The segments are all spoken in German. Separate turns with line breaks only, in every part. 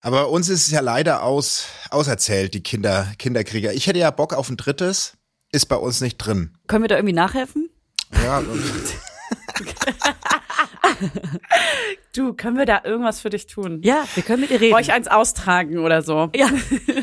Aber uns ist es ja leider aus, auserzählt, die Kinder, Kinderkrieger. Ich hätte ja Bock auf ein drittes, ist bei uns nicht drin.
Können wir da irgendwie nachhelfen?
Ja,
Du, können wir da irgendwas für dich tun?
Ja, wir können mit ihr reden.
Euch eins austragen oder so.
ja,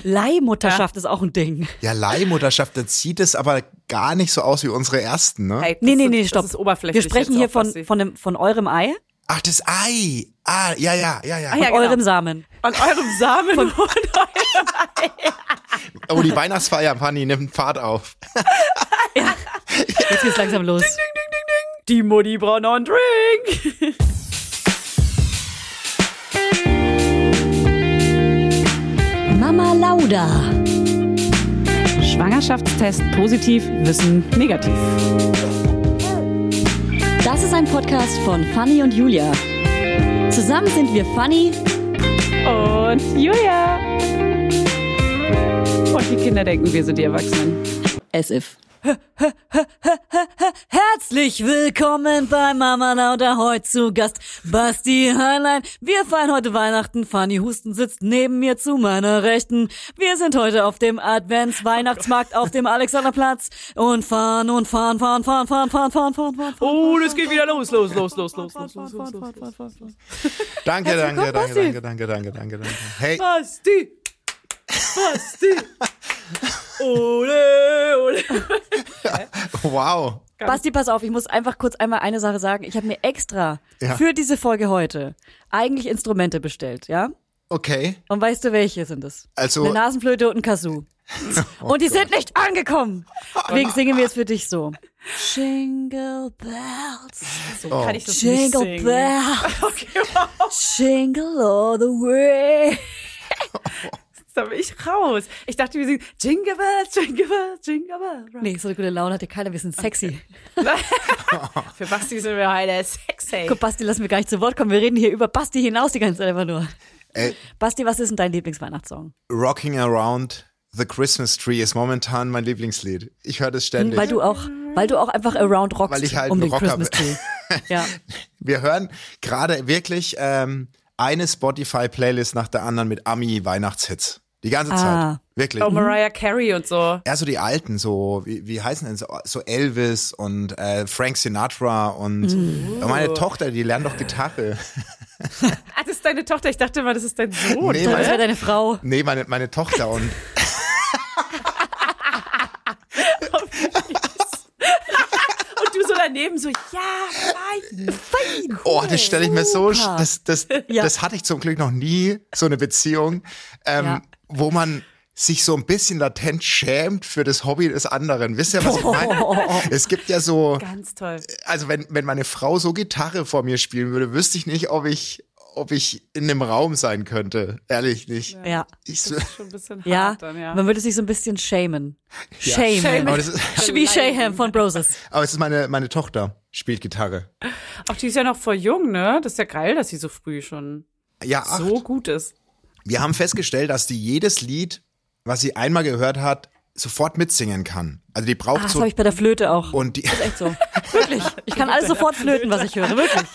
Leihmutterschaft ist auch ein Ding.
ja Leihmutterschaft, dann sieht es aber gar nicht so aus wie unsere ersten, ne?
Hey,
Nee,
das
nee,
ist-
nee, stopp.
Das ist oberflächlich.
Wir sprechen
jetzt
hier
auch,
von,
was sie-
von, dem, von eurem Ei,
Ach, das Ei. Ah, ja, ja, ja, ja.
Ah, ja,
von eurem
genau.
Samen.
Von eurem Samen und eurem
Oh, die Weihnachtsfeier, Fanny, nimmt Fahrt auf.
Jetzt geht's langsam los.
Die Mutti braucht noch einen Drink.
Mama Lauda.
Schwangerschaftstest positiv, Wissen negativ.
Das ist ein Podcast von Fanny und Julia. Zusammen sind wir Fanny.
Und Julia. Und die Kinder denken, wir sind die Erwachsenen.
As if. Herzlich willkommen bei Mama Lauda. Heute zu Gast Basti Heinlein. Wir feiern heute Weihnachten. Fanny Husten sitzt neben mir zu meiner Rechten. Wir sind heute auf dem Advents-Weihnachtsmarkt auf dem Alexanderplatz und fahren und fahren, fahren, fahren, fahren, fahren, fahren, fahren, fahren.
Oh, das geht wieder los, los, los, los, los, los, los, los, los, los, los, los.
Danke, danke,
willkommen,
danke,
Basti.
danke, danke, danke, danke, danke. Hey,
Basti! Basti! Ole, ole.
wow.
Basti, pass auf, ich muss einfach kurz einmal eine Sache sagen. Ich habe mir extra
Ja.
für diese Folge heute eigentlich Instrumente bestellt, ja?
Okay.
Und weißt du, welche sind es?
Also- Oh
Eine Nasenflöte und ein Kazoo. und die sind nicht angekommen. Deswegen singen wir jetzt für dich so. Jingle bells,
So kann ich das nicht
jingle
singen.
bells,
Okay, wow.
jingle all the way.
Da bin ich raus. Ich dachte, wir singen Jingle Bells, Jingle Bells, Jingle Bells. Right.
Nee, so eine gute Laune hatte keiner, wir sind sexy.
Für Basti sind wir heute sexy.
Guck, Basti, lass mir gar nicht zu Wort kommen, wir reden hier über Basti hinaus die ganze Zeit einfach nur.
Ey,
Basti, was ist denn dein Lieblingsweihnachtssong?
Rocking Around the Christmas Tree ist momentan mein Lieblingslied. Ich höre das ständig.
Weil du auch, weil du auch einfach around rockst
Weil ich halt
um
ein
den
Rocker
Christmas
bin.
Tree. Ja.
Wir hören gerade wirklich ähm, eine Spotify-Playlist nach der anderen mit Ami-Weihnachtshits. Die ganze
Ah.
Zeit. Wirklich.
Oh, Mariah Carey und so.
Ja, so die alten, so, wie, wie heißen denn so, so Elvis und äh, Frank Sinatra und
Mhm.
Oh. meine Tochter, die lernt doch Gitarre.
Ah, das ist deine Tochter. Ich dachte mal, das ist dein Sohn.
Nee,
Das wäre
meine,
deine Frau.
nee meine, meine Tochter und
Und du so daneben so, ja, fein.
Oh, das stelle ich mir so, sch-
Super.
das, das,
Ja.
das hatte ich zum Glück noch nie, so eine Beziehung, ähm,
Ja.
wo man sich so ein bisschen latent schämt für das Hobby des anderen. Wisst ihr, was ich meine? Es gibt ja so,
Ganz toll.
also wenn, wenn meine Frau so Gitarre vor mir spielen würde, wüsste ich nicht, ob ich, ob ich in dem Raum sein könnte. Ehrlich nicht.
Ja.
Ich, so-
Das ist schon ein bisschen hart
Ja.
dann, ja.
Man würde sich so ein bisschen shamen. Shamen.
Shamen.
aber, das ist,
Wie Shayham von Broses.
aber es ist meine, meine Tochter, spielt Gitarre.
Auch die ist ja noch voll jung, ne? Das ist ja geil, dass sie so früh schon
Ja, acht.
so gut ist.
Wir haben festgestellt, dass die jedes Lied, was sie einmal gehört hat, sofort mitsingen kann. Also die braucht
Ach, Ah, das
so
habe ich bei der Flöte auch.
und die,
Echt so. Wirklich. Ich kann alles sofort flöten, was ich höre. Wirklich.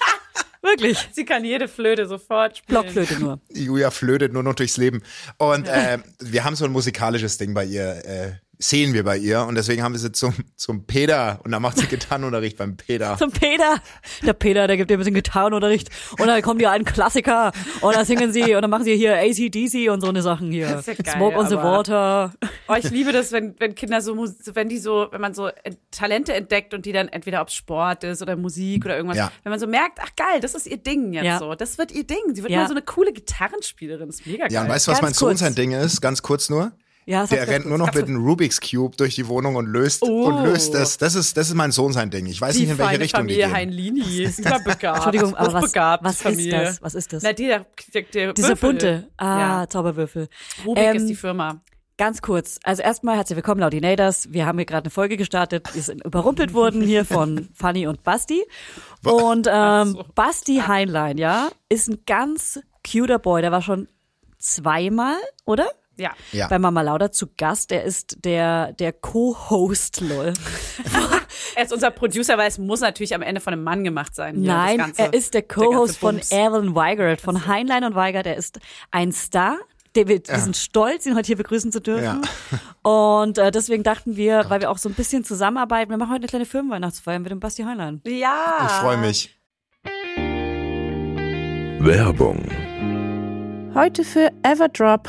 Wirklich.
Sie kann jede Flöte sofort spielen.
Blockflöte nur.
Julia flötet nur noch durchs Leben. Und äh, wir haben so ein musikalisches Ding bei ihr, äh, sehen wir bei ihr. Und deswegen haben wir sie zum, zum Peter. Und dann macht sie Gitarrenunterricht beim Peter.
Zum Peter. Der Peter, der gibt dir ein bisschen Gitarrenunterricht. Und dann kommen die alten Klassiker. Und dann singen sie. Und dann machen sie hier ACDC und so eine Sachen hier.
Das ist ja geil,
Smoke on the
aber-
Water.
Oh, ich liebe das, wenn, wenn Kinder so, Mus- wenn die so, wenn man so äh, Talente entdeckt und die dann entweder ob Sport ist oder Musik oder irgendwas,
Ja.
wenn man so merkt, ach geil, das ist ihr Ding jetzt
Ja.
so. Das wird ihr Ding. Sie wird
Ja.
mal so eine coole Gitarrenspielerin. Das ist mega geil.
Ja, und weißt du, was
Ganz
mein Sohn
kurz.
sein Ding ist? Ganz kurz nur.
Ja,
Der rennt nur
Also
noch mit einem Rubik's Cube durch die Wohnung und löst und löst das. Das ist, das ist mein Sohn sein Ding. Ich weiß
Oh. die
nicht, in welche
feine
Richtung die
Familie
gehen.
Heinlini. Überbegabt.
Entschuldigung, aber was,
Hochbegabt,
was ist
Familie.
das? Was ist das?
Na, die, der, der, der
Dieser
Würfel.
bunte. Ah,
Ja.
Zauberwürfel.
Rubik
Ähm,
ist die Firma.
Ganz kurz. Also erstmal herzlich willkommen, Laudinators. Wir haben hier gerade eine Folge gestartet. Wir sind überrumpelt worden hier von Fanny und Basti. Und ähm,
so.
Basti Heinlein, ja, ist ein ganz cuter Boy. Der war schon zweimal, oder?
Ja.
Ja.
bei Mama Lauda zu Gast. Er ist der, der Co-Host, lol.
Er ist unser Producer, weil es muss natürlich am Ende von einem Mann gemacht sein. Hier, das
Nein,
Ganze,
er ist der
ganze
Co-Host von
Bums.
Evelyn Weigert, von Heinlein und Weigert. Er ist ein Star. Der wir, wir sind stolz, ihn heute hier begrüßen zu dürfen. Und äh, deswegen dachten wir, weil wir auch so ein bisschen zusammenarbeiten, wir machen heute eine kleine Firmenweihnachtsfeier mit dem Basti Heinlein.
Ja.
Ich freue mich.
Werbung.
Heute für Everdrop.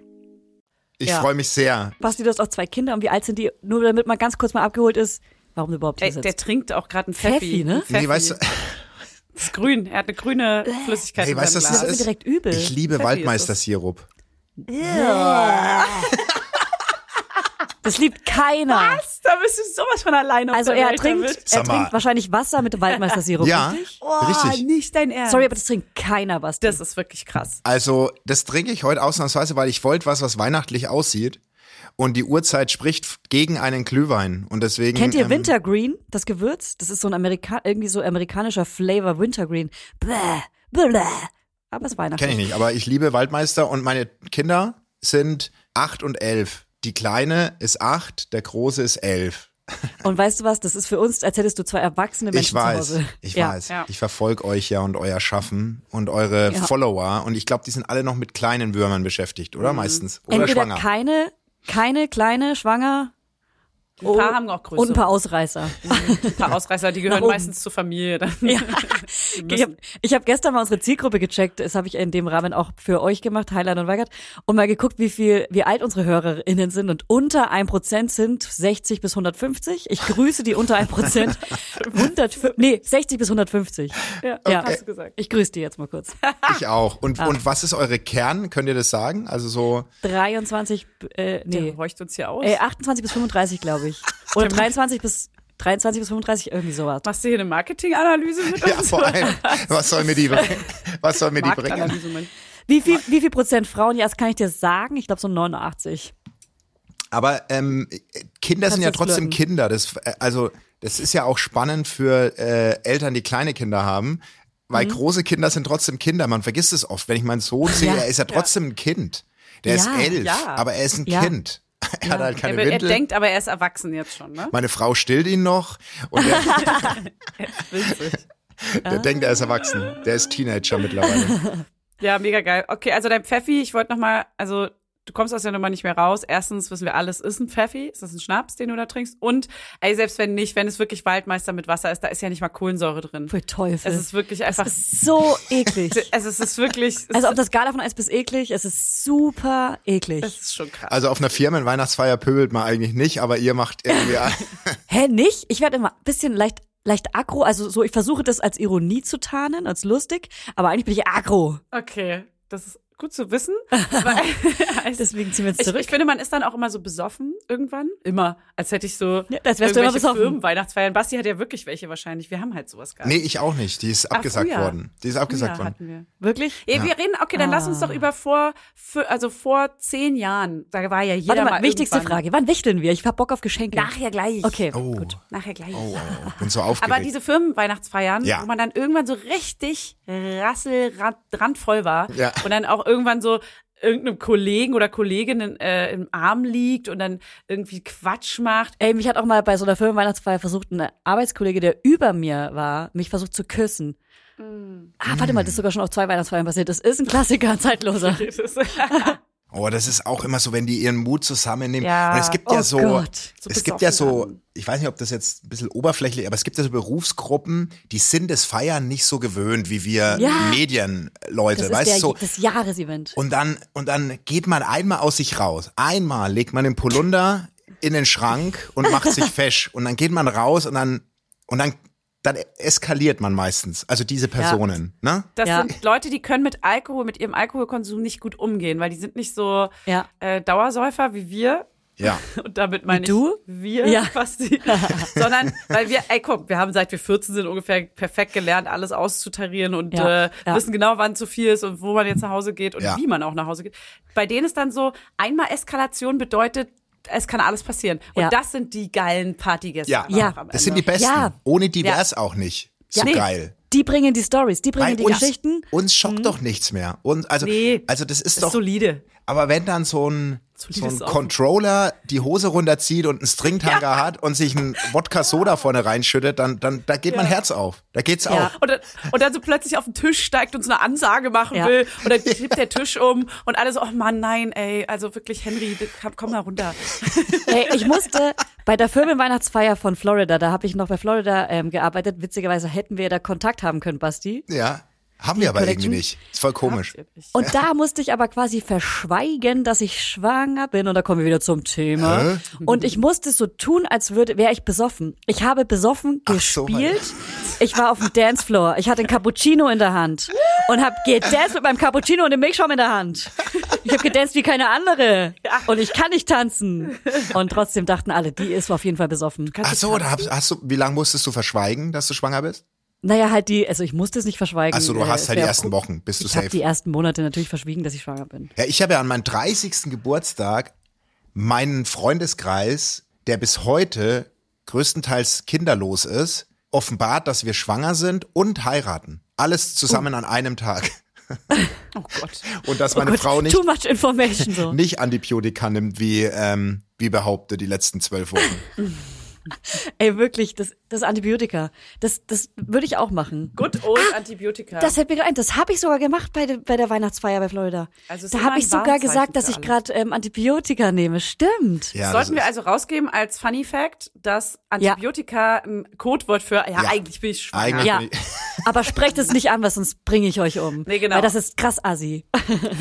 Ich
Ja.
freue mich sehr.
Basti, du hast auch zwei Kinder und wie alt sind die? Nur damit man ganz kurz mal abgeholt ist, warum du überhaupt hier
Der, der
sitzt.
trinkt auch gerade einen
Pfeffi,
Pfeffi.
ne?
Ein
Nee, weißt du,
ist grün. Er hat eine grüne
Äh.
Flüssigkeit
Ey,
in
weißt du,
seinem
was das
Das
Glas.
ist mir
ist-
direkt übel.
ich liebe
Pfeffi ist
Waldmeistersirup.
das liebt keiner.
Da bist du sowas von alleine auf
Also
der
er
Welt damit.
trinkt, er
Sag mal.
trinkt wahrscheinlich Wasser mit Waldmeistersirup.
Ja,
richtig?
Oh,
richtig.
nicht dein Ernst.
Sorry, aber das trinkt keiner was.
das ist wirklich krass.
Also, das trinke ich heute ausnahmsweise, weil ich wollte was, was weihnachtlich aussieht. Und die Uhrzeit spricht f- gegen einen Glühwein. Und deswegen.
Kennt ihr
ähm,
Wintergreen, das Gewürz? Das ist so ein Amerika irgendwie so amerikanischer Flavor Wintergreen. Bäh, bläh. Aber es ist Weihnachten.
Kenne ich nicht, aber ich liebe Waldmeister und meine Kinder sind acht und elf. Die Kleine ist acht, der Große ist elf.
Und weißt du was? Das ist für uns, als hättest du zwei erwachsene Menschen
Ich
zu
weiß,
Hause.
ich
ja.
weiß.
Ja.
Ich verfolge euch ja und euer Schaffen und eure
Ja.
Follower. Und ich glaube, die sind alle noch mit kleinen Würmern beschäftigt, oder? Meistens. Oder
Mhm. Entweder
schwanger.
keine, keine kleine schwanger
Ein paar haben auch größere.
Oh. und ein paar Ausreißer.
Ein paar Ausreißer, die gehören
oben.
meistens zur Familie. Dann.
Ja. Ich habe ich hab gestern mal unsere Zielgruppe gecheckt, das habe ich in dem Rahmen auch für euch gemacht, Heiland und Weigert, und mal geguckt, wie viel, wie alt unsere HörerInnen sind und unter 1% sind 60 bis 150. Ich grüße die unter 1%. 100, nee, 60 bis 150.
Ja,
Ja.
hast du gesagt.
Ich grüße die jetzt mal kurz.
Ich auch. Und,
Ah.
und was ist eure Kern? Könnt ihr das sagen? Also so,
23, äh, nee,
Der horcht uns hier aus.
äh, 28 bis 35, glaube ich. Oder 23 bis 23 bis 35, irgendwie sowas.
Machst du hier eine Marketinganalyse mit
ja,
uns?
vor allem, was soll mir die, was soll mir die bringen?
Marktanalyse, mein.
Wie viel, wie viel Prozent Frauen? Ja, das kann ich dir sagen. Ich glaube so 89.
Aber ähm, Kinder sind
Kannst
ja
du
trotzdem
flirten.
Kinder. Das, äh, also, das ist ja auch spannend für äh, Eltern, die kleine Kinder haben, weil große Kinder sind trotzdem Kinder. Man vergisst es oft. Wenn ich meinen Sohn sehe,
Ja.
er ist ja trotzdem ein Kind. Der
Ja,
ist elf,
ja.
aber er ist ein
Ja.
Kind. er hat halt keine
er, will- er
Windel.
denkt aber, er ist erwachsen jetzt schon, ne?
Meine Frau stillt ihn noch und der,
Witzig.
der denkt, er ist erwachsen. Der ist Teenager mittlerweile.
Ja, mega geil. Okay, also dein Pfeffi, ich wollte nochmal, also du kommst aus der Nummer nicht mehr raus. Erstens wissen wir alles, ist ein Pfeffi, ist das ein Schnaps, den du da trinkst? Und ey, selbst wenn nicht, wenn es wirklich Waldmeister mit Wasser ist, da ist ja nicht mal Kohlensäure drin.
Für Teufel.
Es ist wirklich einfach,
Es ist so eklig.
also es ist wirklich, es,
Also auf der Skala von 1 bis eklig, es ist super eklig.
es ist schon krass.
Also auf einer Firmenweihnachtsfeier pöbelt man eigentlich nicht, aber ihr macht irgendwie.
Hä, nicht? Ich werde immer ein bisschen leicht, leicht aggro. Also so, ich versuche das als Ironie zu tarnen, als lustig, aber eigentlich bin ich aggro.
Okay, das ist gut zu wissen. weil-
Deswegen ziehen wir jetzt
Ich,
zurück.
ich finde, man ist dann auch immer so besoffen irgendwann. Immer. Als hätte ich so
Ja, als wärst du immer
irgendwelche
besoffen.
Firmen Weihnachtsfeiern. Basti hat ja wirklich welche wahrscheinlich. Wir haben halt sowas gar
nee,
nicht.
ich auch nicht. Die ist
Ach,
abgesagt
früher.
worden. Die ist abgesagt
Früher
worden.
hatten wir.
Wirklich? Ah.
Ey, Wir reden, okay, dann lass uns doch über vor, für, also vor zehn Jahren. Da war ja jeder
Warte mal,
mal
wichtigste
irgendwann.
Frage. Wann wichteln wir? Ich hab Bock auf Geschenke.
Nachher gleich.
Okay.
Oh,
Nachher gleich.
oh, oh, bin so
Aber
aufgeregt.
diese Firmenweihnachtsfeiern,
Ja.
wo man dann irgendwann so richtig rasselrandvoll war
Ja.
und dann auch irgendwann so irgendeinem Kollegen oder Kollegin in, äh, im Arm liegt und dann irgendwie Quatsch macht.
Ey, mich hat auch mal bei so einer Firmenweihnachtsfeier versucht, ein Arbeitskollege, der über mir war, mich versucht zu küssen.
Mm.
Ah, warte mal, das ist sogar schon auf zwei Weihnachtsfeiern passiert. Das ist ein Klassiker, ein zeitloser.
Das ist
Oh, das ist auch immer so, wenn die ihren Mut zusammennehmen.
Ja.
Und es gibt ja
Oh
so,
Gott.
So
es gibt ja
besoffen
so,
dann.
ich weiß nicht, ob das jetzt ein bisschen oberflächlich, aber es gibt ja so Berufsgruppen, die sind das Feiern nicht so gewöhnt, wie wir
Ja.
Medienleute,
Das ist
weißt du,
der,
so.
das Jahresevent.
Und dann, und dann geht man einmal aus sich raus. Einmal legt man den Polunder in den Schrank und macht sich fesch. Und dann geht man raus und dann, und dann, dann eskaliert man meistens. Also diese Personen, ne?
Das
Ja.
sind Leute, die können mit Alkohol, mit ihrem Alkoholkonsum nicht gut umgehen, weil die sind nicht so
Ja.
äh, Dauersäufer wie wir.
Ja.
Und damit meine
du?
ich wir,
Ja.
Basti. Sondern, weil wir, ey, guck, wir haben seit wir 14 sind ungefähr perfekt gelernt, alles auszutarieren und
Ja,
äh,
ja.
wissen genau, wann zu viel ist und wo man jetzt nach Hause geht und
Ja.
wie man auch nach Hause geht. Bei denen ist dann so, einmal Eskalation bedeutet, es kann alles passieren. Und
Ja.
das sind die geilen Partygäste.
Ja.
aber
Ja.
auch am
Das sind die
Ende.
Besten.
Ja.
Ohne die wär's auch nicht. So
Nee.
geil.
Die bringen die Stories, die
Bei
bringen die
uns,
Geschichten. Hm?
uns schockt doch nichts mehr. Und also,
Nee.
also das ist
Das ist
doch.
solide.
aber wenn dann so ein, so ein
Solides Saufen.
Controller die Hose runterzieht und einen Stringtanger hat und sich einen Wodka Soda vorne reinschüttet, dann, dann da geht mein Herz auf. Da geht's auf.
Und dann, und dann so plötzlich auf den Tisch steigt und so eine Ansage machen
Ja.
will. Und dann kippt der Tisch um und alle so, oh Mann, nein, ey, also wirklich, Henry, komm, komm mal runter.
Ey, ich musste bei der Firmenweihnachtsfeier von Florida, da habe ich noch bei Florida ähm, gearbeitet. Witzigerweise hätten wir da Kontakt haben können, Basti.
Ja. Haben wir aber
Collection?
irgendwie nicht. Ist voll komisch.
Und da musste ich aber quasi verschweigen, dass ich schwanger bin. Und da kommen wir wieder zum Thema. Und ich musste so tun, als würde, wäre ich besoffen. Ich habe besoffen
Ach so,
gespielt. ich war auf dem Dancefloor. Ich hatte einen Cappuccino in der Hand und habe gedanced mit meinem Cappuccino und dem Milchschaum in der Hand. Ich habe gedanced wie keine andere. Und ich kann nicht tanzen. Und trotzdem dachten alle, die ist auf jeden Fall besoffen.
Ach so, da hast, hast du, wie lange musstest du verschweigen, dass du schwanger bist?
Naja, halt die, also ich musste es nicht verschweigen.
Ach so, du
Äh,
hast
es
halt die
wär-
ersten Wochen, bist du
Ich habe
safe.
die ersten Monate natürlich verschwiegen, dass ich schwanger bin.
Ja, ich habe ja an meinem 30. Geburtstag meinen Freundeskreis, der bis heute größtenteils kinderlos ist, offenbart, dass wir schwanger sind und heiraten. Alles zusammen an einem Tag.
Oh Gott.
Und dass meine
Gut,
Frau nicht,
Oh Too much information so.
nicht Antibiotika nimmt, wie, ähm, wie behauptet, die letzten zwölf Wochen.
Ey, wirklich, das, das Antibiotika. Das, das würde ich auch machen.
Good old Antibiotika.
Das hält mir gerade ein. Das habe ich sogar gemacht bei, de, bei der Weihnachtsfeier bei Florida.
Also es ist
da
immer
habe ich
ein
sogar
Warnzeichen
gesagt, dass
für
ich
alle.
gerade ähm, Antibiotika nehme. Stimmt.
Ja, das
Sollten wir
ist-
also rausgeben als Funny Fact, dass Antibiotika ein Codewort für, ja, eigentlich bin ich schwanger.
Eigentlich
Ja.
bin ich-
Aber sprecht es nicht an, weil sonst bringe ich euch um.
Nee, genau.
Weil das ist krass assi.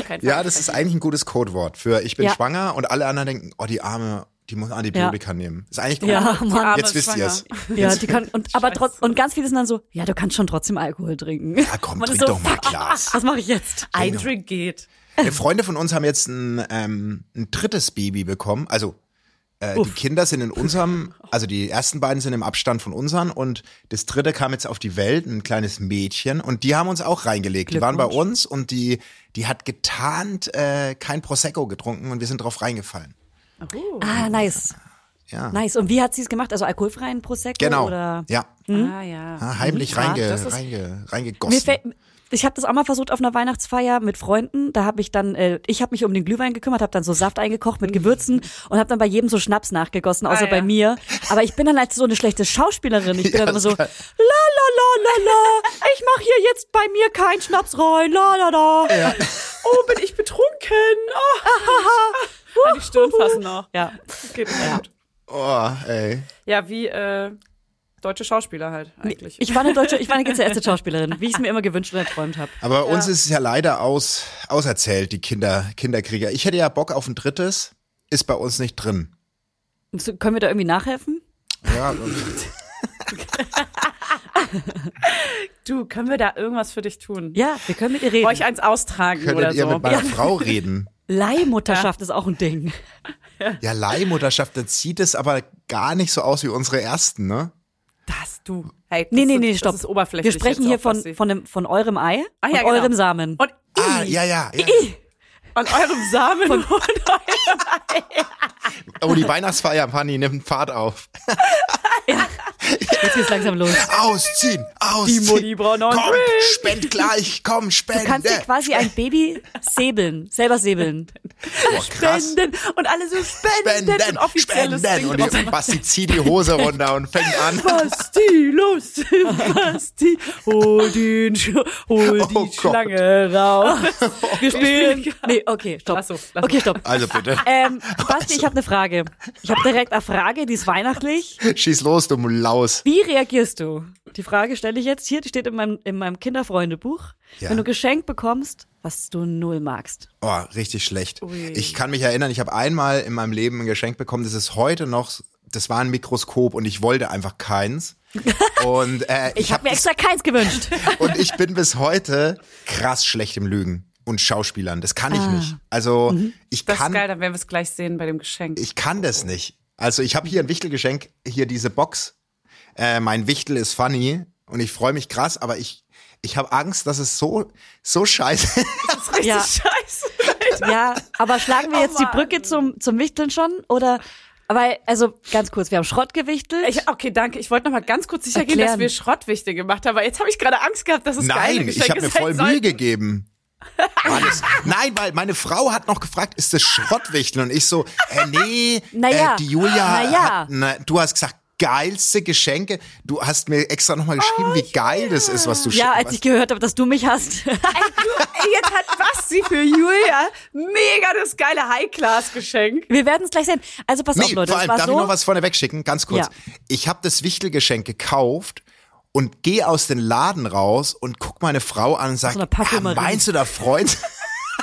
Kein
ja,
Funny
das
Fact.
ist eigentlich ein gutes Codewort für ich bin
Ja.
schwanger und alle anderen denken, oh, die Arme, die muss Antibiotika nehmen. Ist eigentlich gut.
Ja, Mann.
Arme
Jetzt
ist
wisst ihr es.
schwanger.
Ja, die kann, und, aber trotz,
Scheiße.
und ganz viele sind dann so, ja, du kannst schon trotzdem Alkohol trinken. Ja,
Ah, komm,
Man ist
trink doch mal
fuck, ah,
Glas. Genau.
Was mache ich jetzt?
Ein Drink geht.
Ja, Äh, Freunde von uns haben jetzt ein, ähm, ein drittes Baby bekommen. Also äh, die Kinder sind in unserem, also die ersten beiden sind im Abstand von unseren und das dritte kam jetzt auf die Welt, ein kleines Mädchen und die haben uns auch reingelegt. Die waren bei uns und die, die hat getarnt äh, kein Prosecco getrunken und wir sind drauf reingefallen.
Oh,
Ah, nice.
Ja,
Nice. Und wie hat sie es gemacht? Also alkoholfreien Prosecco?
genau.
Oder?
Ja,
Ah ja.
Ah, heimlich
Ja,
reinge,
das ist-
reinge,
Mir
reingegossen.
fällt, ich habe das auch mal versucht auf einer Weihnachtsfeier mit Freunden. Da habe ich dann, äh, ich habe mich um den Glühwein gekümmert, habe dann so Saft eingekocht mit Gewürzen und habe dann bei jedem so Schnaps nachgegossen, außer
Ah, ja.
bei mir. Aber ich bin dann halt so eine schlechte Schauspielerin. Ich bin
Ja,
dann immer so, la la
geil.
la la la, ich mache hier jetzt bei mir keinen Schnaps rein, la la la. Ja.
Oh, bin ich betrunken. Oh. An die Stirn fassen noch.
ja.
Das geht ja. gut.
Oh, ey.
Ja, wie äh, deutsche Schauspieler halt eigentlich.
Ich war eine deutsche, ich war eine gezerrte Schauspielerin, wie ich es mir immer gewünscht und erträumt habe.
Aber bei uns ist es ja leider aus, auserzählt, die Kinder, Kinderkrieger. Ich hätte ja Bock auf ein drittes, ist bei uns nicht drin.
So, Können wir da irgendwie nachhelfen?
Ja,
du, können wir da irgendwas für dich tun?
Ja, wir können mit ihr reden.
Euch eins austragen oder
könntet ihr
so.
mit meiner Frau reden?
Leihmutterschaft ist auch ein Ding.
Ja, Leihmutterschaft, dann sieht es aber gar nicht so aus wie unsere ersten, ne?
das du. Hey, das
Nee, nee,
ist-
nee, stopp.
Das ist oberflächlich
wir sprechen
jetzt
hier
auch,
von,
was sie-
von, dem, von eurem Ei
Ah,
und
ja, genau.
eurem Samen.
und,
Ah, ja, ja. ja.
an eurem Samen und eurem
Oh, die Weihnachtsfeier, Pani, nimmt Fahrt auf.
Jetzt geht's langsam los.
Ausziehen, ausziehen.
Mutti braucht noch einen
Komm,
Drink.
spend gleich, komm, spende.
Du kannst dir quasi ein Baby säbeln, selber säbeln.
Boah, krass.
Spenden und alle so spenden,
Spenden,
und offizielles
spenden.
Ding
Und
drauf.
die, Basti zieht die Hose runter und fängt an.
Basti, los, Basti, hol, den, Sch- hol die
Oh Gott.
Schlange raus.
Wir spielen. Nee, okay, stopp.
Lass so, lass
okay, stopp.
Also bitte, Also.
Ähm, Basti, ich habe eine Frage. Ich habe direkt eine Frage, die ist weihnachtlich.
schieß los, du Laus.
Wie reagierst du? Die Frage stelle ich jetzt hier, die steht in meinem, in meinem Kinderfreundebuch.
Ja.
Wenn du Geschenk bekommst, was du null magst.
Oh, richtig schlecht. Ich kann mich erinnern, ich habe einmal in meinem Leben ein Geschenk bekommen, das ist heute noch, das war ein Mikroskop und ich wollte einfach keins. Und äh,
Ich habe mir
das-
extra keins gewünscht.
Und ich bin bis heute krass schlecht im Lügen und Schauspielern. Das kann ich nicht. Also ich
Das ist
kann,
geil, dann werden wir es gleich sehen bei dem Geschenk.
ich kann das nicht. Also ich habe hier ein Wichtelgeschenk, hier diese Box. Äh, mein Wichtel ist funny und ich freue mich krass, aber ich ich habe Angst, dass es so so scheiße.
das ist richtig
Ja.
scheiße.
Ja, aber schlagen wir
Oh
jetzt die
Mann.
Brücke zum, zum Wichteln schon? Oder, weil, also ganz kurz, wir haben Schrott gewichtelt.
Ich, okay, danke. Ich wollte noch mal ganz kurz sicher gehen, dass
Erklären.
wir Schrottwichte gemacht haben. Aber jetzt habe ich gerade Angst gehabt, dass es geile
Nein,
Geschenke
ich habe mir
sein
voll
sollten.
Mühe gegeben. War das- Nein, weil meine Frau hat noch gefragt, ist das Schrottwichteln? Und ich so, äh, nee,
Naja,
äh, die Julia,
naja.
hat, na, du hast gesagt, geilste Geschenke. Du hast mir extra nochmal geschrieben, wie geil das ist, was du
ja,
schick-
als
was,
ich gehört habe, dass du mich hast.
Ey, du, ey, jetzt hat Basti für Julia mega das geile High-Class-Geschenk.
Wir werden es gleich sehen. Also pass auf,
Nee,
Leute,
vor
es
allem,
war
darf ich
so.
noch was vorne wegschicken? Ganz kurz.
Ja.
Ich habe das Wichtelgeschenk gekauft und gehe aus dem Laden raus und guck meine Frau an und sag,
einer Packung
ah,
Marien."
meinst du, da freut,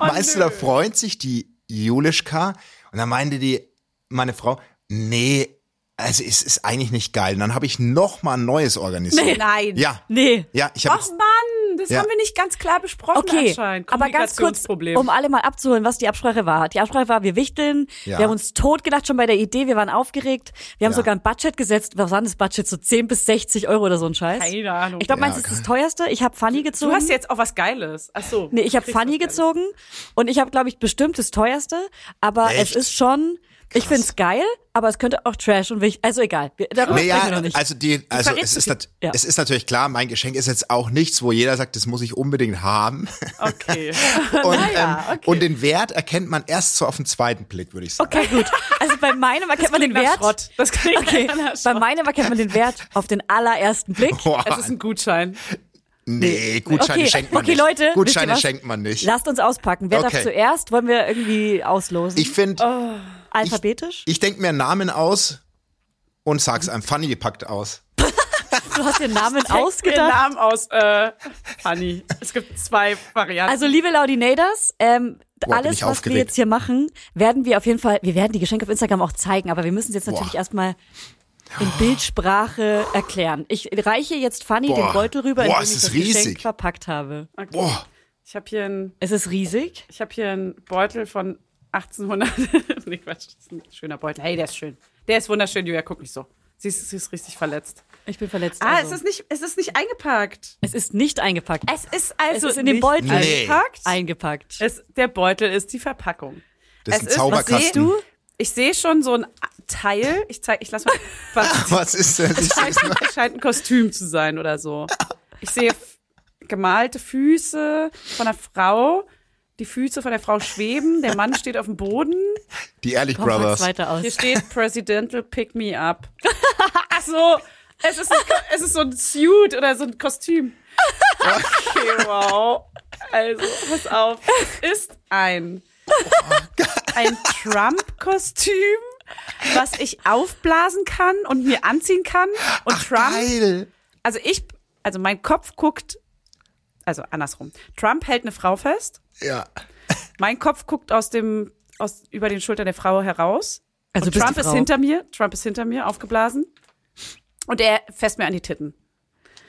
Oh,
meinst du, da freut sich die Julischka? Und dann meinte die, meine Frau, nee, also es ist eigentlich nicht geil. Und dann habe ich noch mal ein neues organisiert.
Nein.
Ja,
Nee.
ja, ich habe
Ach Mann, das
Ja.
haben wir nicht ganz klar besprochen
Okay,
anscheinend.
aber ganz kurz,
Kommunikationsproblem.
um alle mal abzuholen, was die Absprache war. Die Absprache war, wir wichteln,
Ja.
wir haben uns tot gedacht schon bei der Idee, wir waren aufgeregt, wir haben
Ja.
sogar ein Budget gesetzt. Was war denn das Budget? So 10 bis 60 Euro oder so ein Scheiß.
Keine Ahnung.
Ich glaube, meins
Ja,
ist das teuerste. Ich habe Funny gezogen.
du hast jetzt auch was Geiles. Ach so.
Nee, ich habe
Kriegst
Funny
was Geiles.
gezogen und ich habe, glaube ich, bestimmt das teuerste, aber es
Echt?
ist schon, ich find's geil, aber es könnte auch Trash und wichtig, also egal, wir, darüber
Naja,
sprechen wir noch nicht.
also die, also
verrätst
es
zu
ist,
viel.
nat-
Ja.
es ist natürlich klar, mein Geschenk ist jetzt auch nichts, wo jeder sagt, das muss ich unbedingt haben.
Okay.
Und, ähm, und den Wert erkennt man erst so auf den zweiten Blick, würde ich sagen.
okay, gut. Also bei meinem erkennt man den
Klingt nach
Wert.
Schrott. Das klingt
Okay,
nach Schrott. Oh.
bei meinem erkennt man den Wert auf den allerersten Blick.
Boah,
Es ist ein Gutschein.
nee, Gutscheine
Okay,
schenkt man
okay,
nicht.
Leute, wisst ihr
Gutscheine
was?
schenkt man nicht.
Lasst uns auspacken. Wer darf
Okay.
zuerst? Wollen wir irgendwie auslosen?
Ich
Oh.
finde,
Alphabetisch?
ich denke mir einen Namen aus und sag's einem. Fanny packt aus.
du hast den Namen
Den
ausgedacht.
Namen aus äh, Funny. Es gibt zwei Varianten.
Also liebe Laudinators, ähm,
Boah, bin
alles,
ich
was wir
aufgeregt.
jetzt hier machen, werden wir auf jeden Fall, wir werden die Geschenke auf Instagram auch zeigen, aber wir müssen es jetzt
Boah.
natürlich erstmal in Bildsprache erklären. Ich reiche jetzt Fanny
Boah.
den Beutel rüber, in
Boah,
dem
es
ich
ist
das Geschenk
riesig.
verpackt habe.
Boah,
ich habe hier ein
Es ist riesig.
Ich habe hier einen Beutel von 1800. nee, Quatsch. Das ist ein schöner Beutel. Hey, der ist schön. Der ist wunderschön, Julia. Guck nicht so. Sie ist, sie ist richtig verletzt.
Ich bin verletzt.
Ah,
also.
es, ist nicht, es ist nicht eingepackt.
es ist nicht eingepackt.
Es ist also
Es ist in den
nicht
Beutel.
Nee.
eingepackt.
eingepackt.
Es, der Beutel ist die Verpackung.
das
es
ist ein
ist-
Zauberkasten.
was siehst du? Ich sehe schon so ein Teil. Ich zeig, ich lass mal. Was,
Was ist das?
es scheint, es scheint ein Kostüm zu sein oder so. Ich sehe f- gemalte Füße von einer Frau. Die Füße von der Frau schweben, der Mann steht auf dem Boden.
Die Ehrlich
Komm, pack's
Brothers.
weiter
Hier
aus.
steht Presidential Pick Me Up. Ach so, es ist, ein, es ist so ein Suit oder so ein Kostüm. Okay, wow. Also, pass auf. Es ist ein, ein Trump-Kostüm, was ich aufblasen kann und mir anziehen kann. Und Trump
Geil.
also ich, also mein Kopf guckt, also andersrum. Trump hält eine Frau fest.
Ja.
Mein Kopf guckt aus dem, aus, über den Schultern der Frau heraus.
Also
und
bist
Trump
die
ist
Frau.
hinter mir. Trump ist hinter mir, aufgeblasen. Und er fässt mir an die Titten.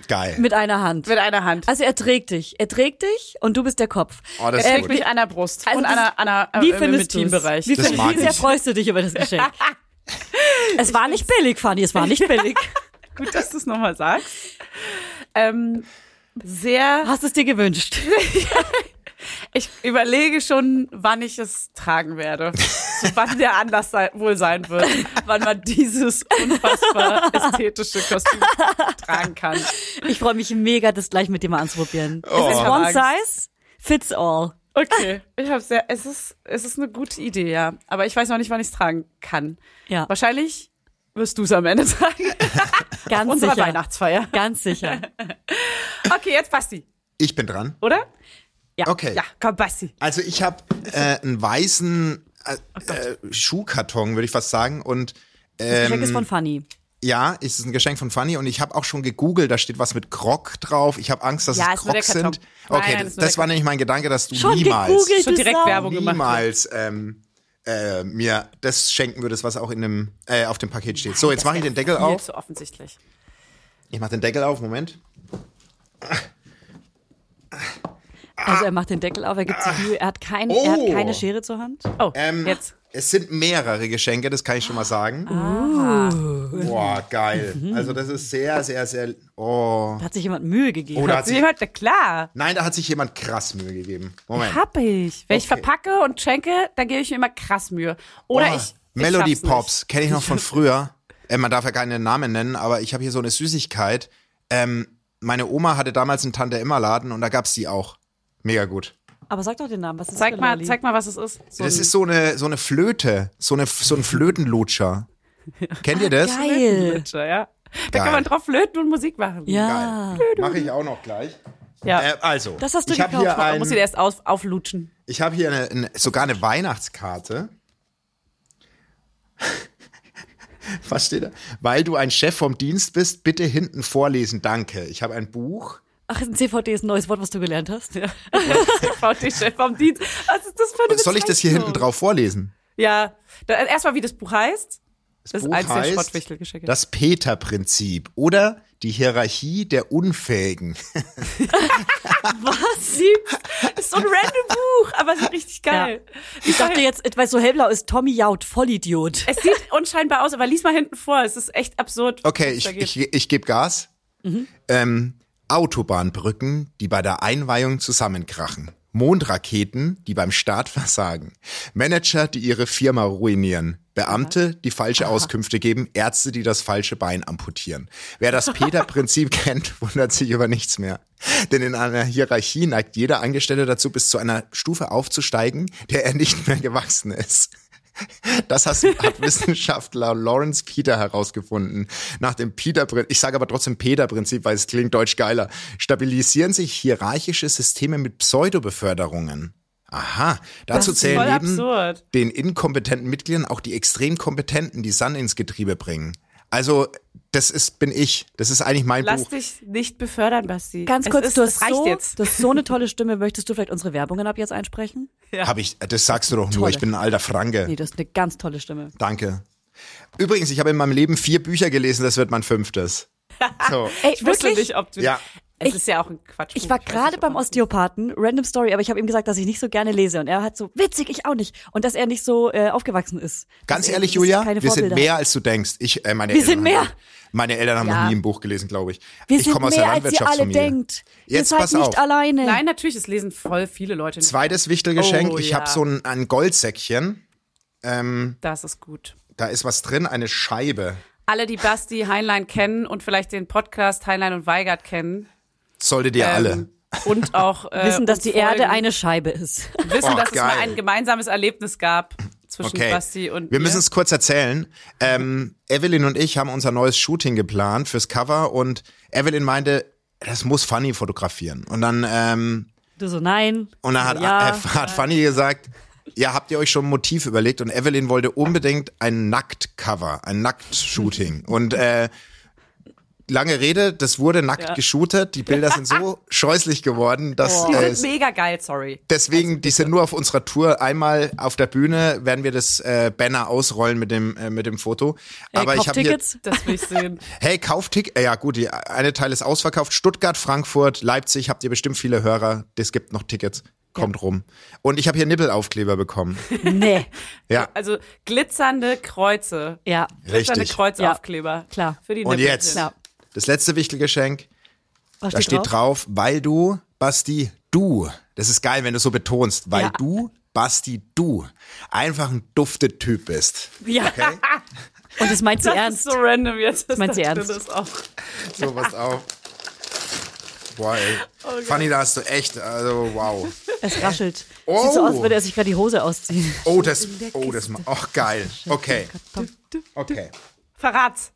Geil.
Mit einer Hand.
Mit einer Hand.
Also er trägt dich. Er trägt dich und du bist der Kopf.
Oh, das
er
ist
trägt
gut.
mich an der Brust.
Also
und an
das-
der, an der,
Wie
äh,
findest du
im Teambereich.
Wie,
Das
find-
mag
wie sehr
ich.
freust du dich über das Geschenk? es war nicht billig, Fanny, es war nicht billig.
Gut, dass du es nochmal sagst. Ähm, sehr,
Hast es dir gewünscht.
ich überlege schon, wann ich es tragen werde. So, wann der Anlass sei, wohl sein wird, wann man dieses unfassbar ästhetische Kostüm tragen kann.
Ich freue mich mega, das gleich mit dir mal anzuprobieren.
Oh.
Es ist
Ich hab
one
Angst.
size fits all.
Okay, ich habe sehr, es ist, es ist eine gute Idee, ja. Aber ich weiß noch nicht, wann ich es tragen kann.
Ja,
Wahrscheinlich wirst du es am Ende tragen.
ganz
Unserer
sicher.
Weihnachtsfeier.
Ganz sicher.
Okay, jetzt Basti,
Ich bin dran.
oder?
Okay.
Ja, komm, Basti.
Also ich habe äh, einen weißen
Oh
äh, äh, Schuhkarton, würde ich fast sagen. Und
Das Geschenk ist
ähm,
von Fanny.
ja, es ist ein Geschenk von Fanny und ich habe auch schon gegoogelt, da steht was mit Krog drauf. Ich habe Angst, dass
Ja,
es
ist nur
Krog
der Karton.
sind.
Nein,
Okay,
nein,
das,
ist nur der
war nämlich mein Gedanke, dass du
Schon
niemals,
gegoogelt,
Schon
du
direkt
Sau.
Werbung gemacht.
niemals ähm, äh, mir das schenken würdest, was auch in dem, äh, auf dem Paket steht. So, jetzt mache ich den Deckel
Viel
auf.
zu offensichtlich.
Ich mache den Deckel auf, Moment.
Also er macht den Deckel auf, er gibt sich Mühe, er hat, kein, er hat
Oh.
keine Schere zur Hand.
Oh,
Ähm,
jetzt.
Es sind mehrere Geschenke, das kann ich schon mal sagen.
Ah.
Boah, geil.
Mhm.
Also das ist sehr, sehr, sehr. Oh.
Da hat sich jemand Mühe gegeben.
Oder hat
Sie
sich,
hört, na klar.
nein, da hat sich jemand krass Mühe gegeben. Moment.
Hab ich. Wenn ich
Okay.
verpacke und schenke, dann gebe ich mir immer krass Mühe. Oder
Oh,
ich. ich
Melody
schaff's nicht.
Pops, kenne ich noch von früher. Äh, man darf ja keinen Namen nennen, aber ich habe hier so eine Süßigkeit. Ähm, meine Oma hatte damals einen Tante-Emma-Laden und da gab's die auch. Mega gut.
Aber sag doch den Namen, was ist
Zeig
für
mal,
Lolli?
zeig mal, was es ist. So
das
ein-
ist so eine, so eine Flöte, so, eine, so ein Flötenlutscher. Kennt ihr das?
Geil.
Glitzer, ja. Da
Geil.
kann man drauf flöten und Musik machen.
Ja.
Mache ich auch noch gleich.
ja.
Äh, ähm, also,
Das hast du
ich habe
gekauft.
hier,
man
ein,
muss sie erst auf, auflutschen.
ich hab hier eine, eine, sogar eine Weihnachtskarte. Was steht da? Weil du ein Chef vom Dienst bist, bitte hinten vorlesen, danke. Ich habe ein Buch.
Ach, ein CVD ist ein neues Wort, was du gelernt hast. Ja.
VT-Chef vom Dienst. Was ist das für eine
Soll ich das hier
Bezeichnung?
hinten drauf vorlesen?
Ja. Da- Erstmal, wie das Buch heißt. Das ist
Buch
eins der
heißt
Schrottwichtelgeschenke.
Das Peter-Prinzip oder die Hierarchie der Unfähigen.
Was? Ah, Das ist so ein random Buch, aber es ist richtig geil.
Ich dachte jetzt, weil so hellblau ist Tommy Jaud, Vollidiot.
Es sieht unscheinbar aus, aber lies mal hinten vor. Es ist echt absurd.
Okay,
was
ich,
da geht. Mhm.
ich, ich gebe Gas. Ähm, Autobahnbrücken, die bei der Einweihung zusammenkrachen. Mondraketen, die beim Start versagen. Manager, die ihre Firma ruinieren. Beamte, die falsche Auskünfte geben. Ärzte, die das falsche Bein amputieren. Wer das Peter-Prinzip kennt, wundert sich über nichts mehr. Denn in einer Hierarchie neigt jeder Angestellte dazu, bis zu einer Stufe aufzusteigen, der er nicht mehr gewachsen ist. Das hast, hat Wissenschaftler Lawrence Peter herausgefunden. Nach dem Peter, ich sage aber trotzdem Peter-Prinzip, weil es klingt deutsch geiler. Stabilisieren sich hierarchische Systeme mit Pseudobeförderungen. Aha, dazu zählen
voll
neben
absurd.
den inkompetenten Mitgliedern auch die extrem kompetenten, die Sand ins Getriebe bringen. Also, das ist, bin ich. Das ist eigentlich mein
Lass
Buch.
dich nicht befördern, Basti.
Ganz
Es
kurz,
ist,
du,
es
hast
reicht
so,
jetzt.
du hast so eine tolle Stimme. Möchtest du vielleicht unsere Werbungen ab jetzt einsprechen?
Hab ich, das sagst du doch nur,
Tolle.
ich bin ein alter Franke.
Nee, du hast eine ganz tolle Stimme.
Danke. Übrigens, ich habe in meinem Leben vier Bücher gelesen, das wird mein fünftes. So.
Ey,
Ich wusste
wirklich?
nicht, ob du.
Ja.
Es
Ich-
ist ja auch ein Quatsch.
Ich war gerade beim Osteopathen, random story, aber ich habe ihm gesagt, dass ich nicht so gerne lese. Und er hat so, witzig, ich auch nicht. Und dass er nicht so äh, aufgewachsen ist.
Ganz
Dass er-
ehrlich,
dass
Julia,
keine
wir sind
Vorbilder
mehr
hat.
als du denkst. Ich, äh, meine
Wir
Eltern
sind mehr.
Haben, meine Eltern haben
Ja.
noch nie ein Buch gelesen, glaube ich.
Wir
ich
sind
komme aus der
mehr, als ihr alle
Landwirtschaftsfamilie.
denkt. ihr
Jetzt
seid
pass
nicht
auf.
alleine.
Nein, natürlich, es lesen voll viele Leute. nicht.
Zweites Wichtelgeschenk.
Oh,
ich
ja.
habe so ein, ein Goldsäckchen.
Das ist gut.
Da ist was drin, eine Scheibe.
Alle, die Basti Heinlein kennen und vielleicht den Podcast Heinlein und Weigert kennen,
Solltet ihr alle. Oh,
und auch äh,
Wissen, dass
uns
die Erde
folgen.
eine Scheibe ist.
wissen,
Oh,
dass es
geil.
mal ein gemeinsames Erlebnis gab zwischen Basti und
Wir
mir.
müssen es kurz erzählen. Ähm, Evelyn und ich haben unser neues Shooting geplant fürs Cover und Evelyn meinte, das muss Fanny fotografieren. Und dann, ähm,
Du so, nein.
und dann hat,
ja,
äh, hat Fanny gesagt, ja, habt ihr euch schon ein Motiv überlegt? Und Evelyn wollte unbedingt ein Nackt-Cover, ein Nackt-Shooting. Und äh, lange Rede, das wurde nackt geshootet. Die Bilder sind so scheußlich geworden,
Oh.
dass
Die
äh,
sind mega geil, sorry.
Deswegen, die sind nur auf unserer Tour. Einmal auf der Bühne werden wir das äh, Banner ausrollen mit dem, äh, mit dem Foto. Aber
Kauf
ich habe hier,
Tickets.
Das will ich sehen.
hey, Kauftick, äh, ja gut, die, eine Teil ist ausverkauft. Stuttgart, Frankfurt, Leipzig, habt ihr bestimmt viele Hörer. Das gibt noch Tickets. Kommt rum. Und ich habe hier Nippelaufkleber bekommen.
Nee,
Ja.
Also glitzernde Kreuze.
ja,
Glitzernde
Richtig.
Kreuzaufkleber.
klar.
Für die
Und
Nippelchen.
jetzt
Ja.
das letzte Wichtelgeschenk.
Was
Da steht drauf, weil du, Basti, du. Das ist geil, wenn du so betonst, weil
Ja.
du, Basti, du einfach ein Duftetyp bist.
Ja. Und das meint sie
Das
ernst.
ist so random jetzt. Das
meint sie
dachte
ernst.
Das auch.
So, pass auf. Boah, ey.
Oh
Fanny, da hast du echt, also wow.
es raschelt.
Oh.
Sieht so aus, würde er sich gerade die Hose ausziehen.
Oh, das, oh, das, ma- ach geil. Okay, okay.
Verrat's.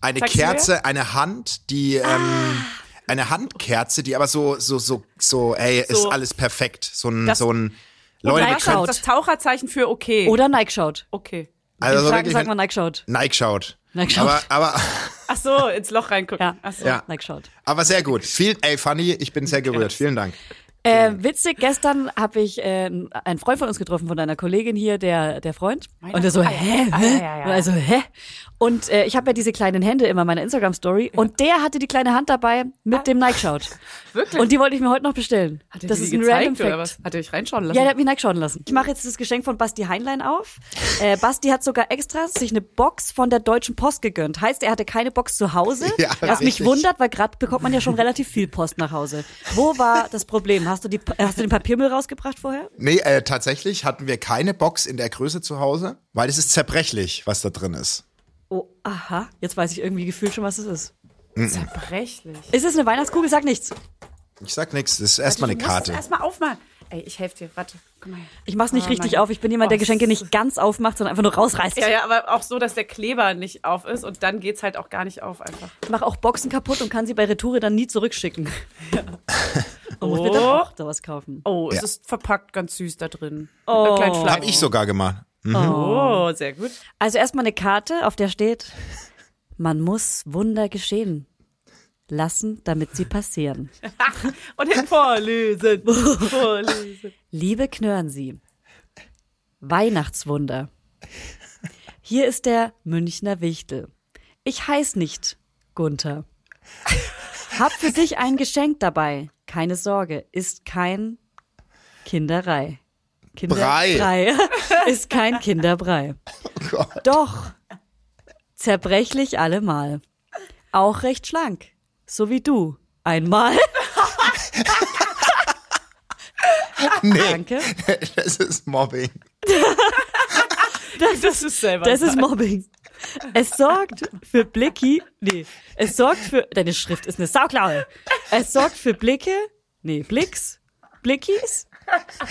Eine
Sagst du
Kerze, eine Hand, die,
Ah.
ähm, eine Handkerze, die aber so, so, so, so, ey, ist
So.
alles perfekt. So ein,
Das-
so ein, Leute, wir
Nike
können,
Out.
Das Taucherzeichen für okay.
Oder Nike schaut.
Okay.
Also
also so
Fragen
wirklich,
sagt man
wenn-
Nike schaut.
Nike schaut.
Nike schaut.
Aber, aber,
Ach so, ins Loch reingucken.
Ja.
Ach so.
Ja.
Nike schaut.
aber sehr gut. Viel, ey, Fanny, ich bin sehr gerührt. Vielen Dank.
Äh, witzig, gestern habe ich äh, einen Freund von uns getroffen, von deiner Kollegin hier, der, der Freund. und der so, hä?
Ah,
hä? Und Also, hä? Und äh, ich habe ja diese kleinen Hände immer in meiner Instagram-Story. Und der hatte die kleine Hand dabei mit dem Nike-Shout. Wirklich? Und die wollte ich mir heute noch bestellen.
Ah. Hat er
das
dir
ist
die
ein
gezeigt,
random
oder
Fact.
was? Hat er dich reinschauen lassen?
Ja, der hat mich neigeschauen lassen. Also Ich mache jetzt das Geschenk von Basti Heinlein auf. Äh, Basti hat sogar extra sich eine Box von der Deutschen Post gegönnt. Heißt, er hatte keine Box zu Hause.
Ja,
was mich
richtig.
wundert, weil gerade bekommt man ja schon relativ viel Post nach Hause. Wo war das Problem? Hast du, die, äh, hast du den Papiermüll rausgebracht vorher?
Nee, äh, tatsächlich hatten wir keine Box in der Größe zu Hause, weil es ist zerbrechlich, was da drin ist.
Oh, aha. Jetzt weiß ich irgendwie gefühlt schon, was es ist.
Zerbrechlich.
Ist es eine Weihnachtskugel? Sag nichts.
Ich sag nichts, das ist erstmal eine Karte.
Erstmal aufmachen. Ey, ich helfe dir. Warte. Komm mal her.
Ich mach's nicht
Oh
richtig
mein
auf. Ich bin jemand, der
Gott.
Geschenke nicht ganz aufmacht, sondern einfach nur rausreißt.
Ja, ja, aber auch so, dass der Kleber nicht auf ist und dann geht's halt auch gar nicht auf einfach.
Ich mache auch Boxen kaputt und kann sie bei Retoure dann nie zurückschicken. Und muss mir dann
Oh.
auch sowas kaufen.
Oh, es
Ja.
ist verpackt ganz süß da drin. Oh. Ein kleines Fleisch.
Hab ich sogar gemacht.
Oh, sehr gut.
Also erstmal eine Karte, auf der steht, man muss Wunder geschehen lassen, damit sie passieren.
Und hinten vorlesen. vorlesen.
Liebe knören Sie, Weihnachtswunder. Hier ist der Münchner Wichtel. Ich heiß nicht Gunther. Hab für dich ein Geschenk dabei. Keine Sorge, ist kein Kinderei.
Brei.
Ist kein Kinderbrei. Doch zerbrechlich allemal. Auch recht schlank. So wie du. Einmal.
Nee,
Ah, Danke.
das ist Mobbing.
Das ist selber.
Das ist Mobbing. Es sorgt für Blicki. Nee, es sorgt für. Deine Schrift ist eine Sauklaue. Es sorgt für Blicke. Nee, Blicks. Blickies.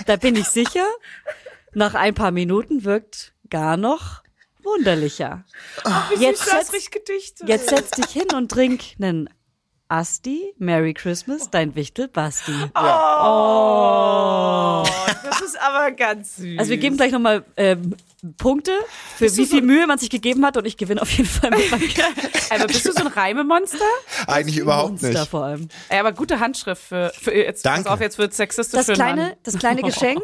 Da bin ich sicher. Nach ein paar Minuten wirkt gar noch wunderlicher. jetzt,
das ist
setz,
richtig Gedichte.
jetzt setz dich hin und trink nen Asti. Merry Christmas, dein Wichtel Basti.
Oh, Das ist aber ganz süß.
Also wir geben gleich nochmal ähm, Punkte, für wie viel Mühe man sich gegeben hat und ich gewinne auf jeden Fall mit meinem
aber bist du so ein Reimemonster?
Eigentlich überhaupt
Monster
nicht.
vor allem.
Ey, aber gute Handschrift für, für jetzt. Pass
Danke.
auf, jetzt wird sexistisch
das
für einen
kleine,
Mann.
das kleine Geschenk,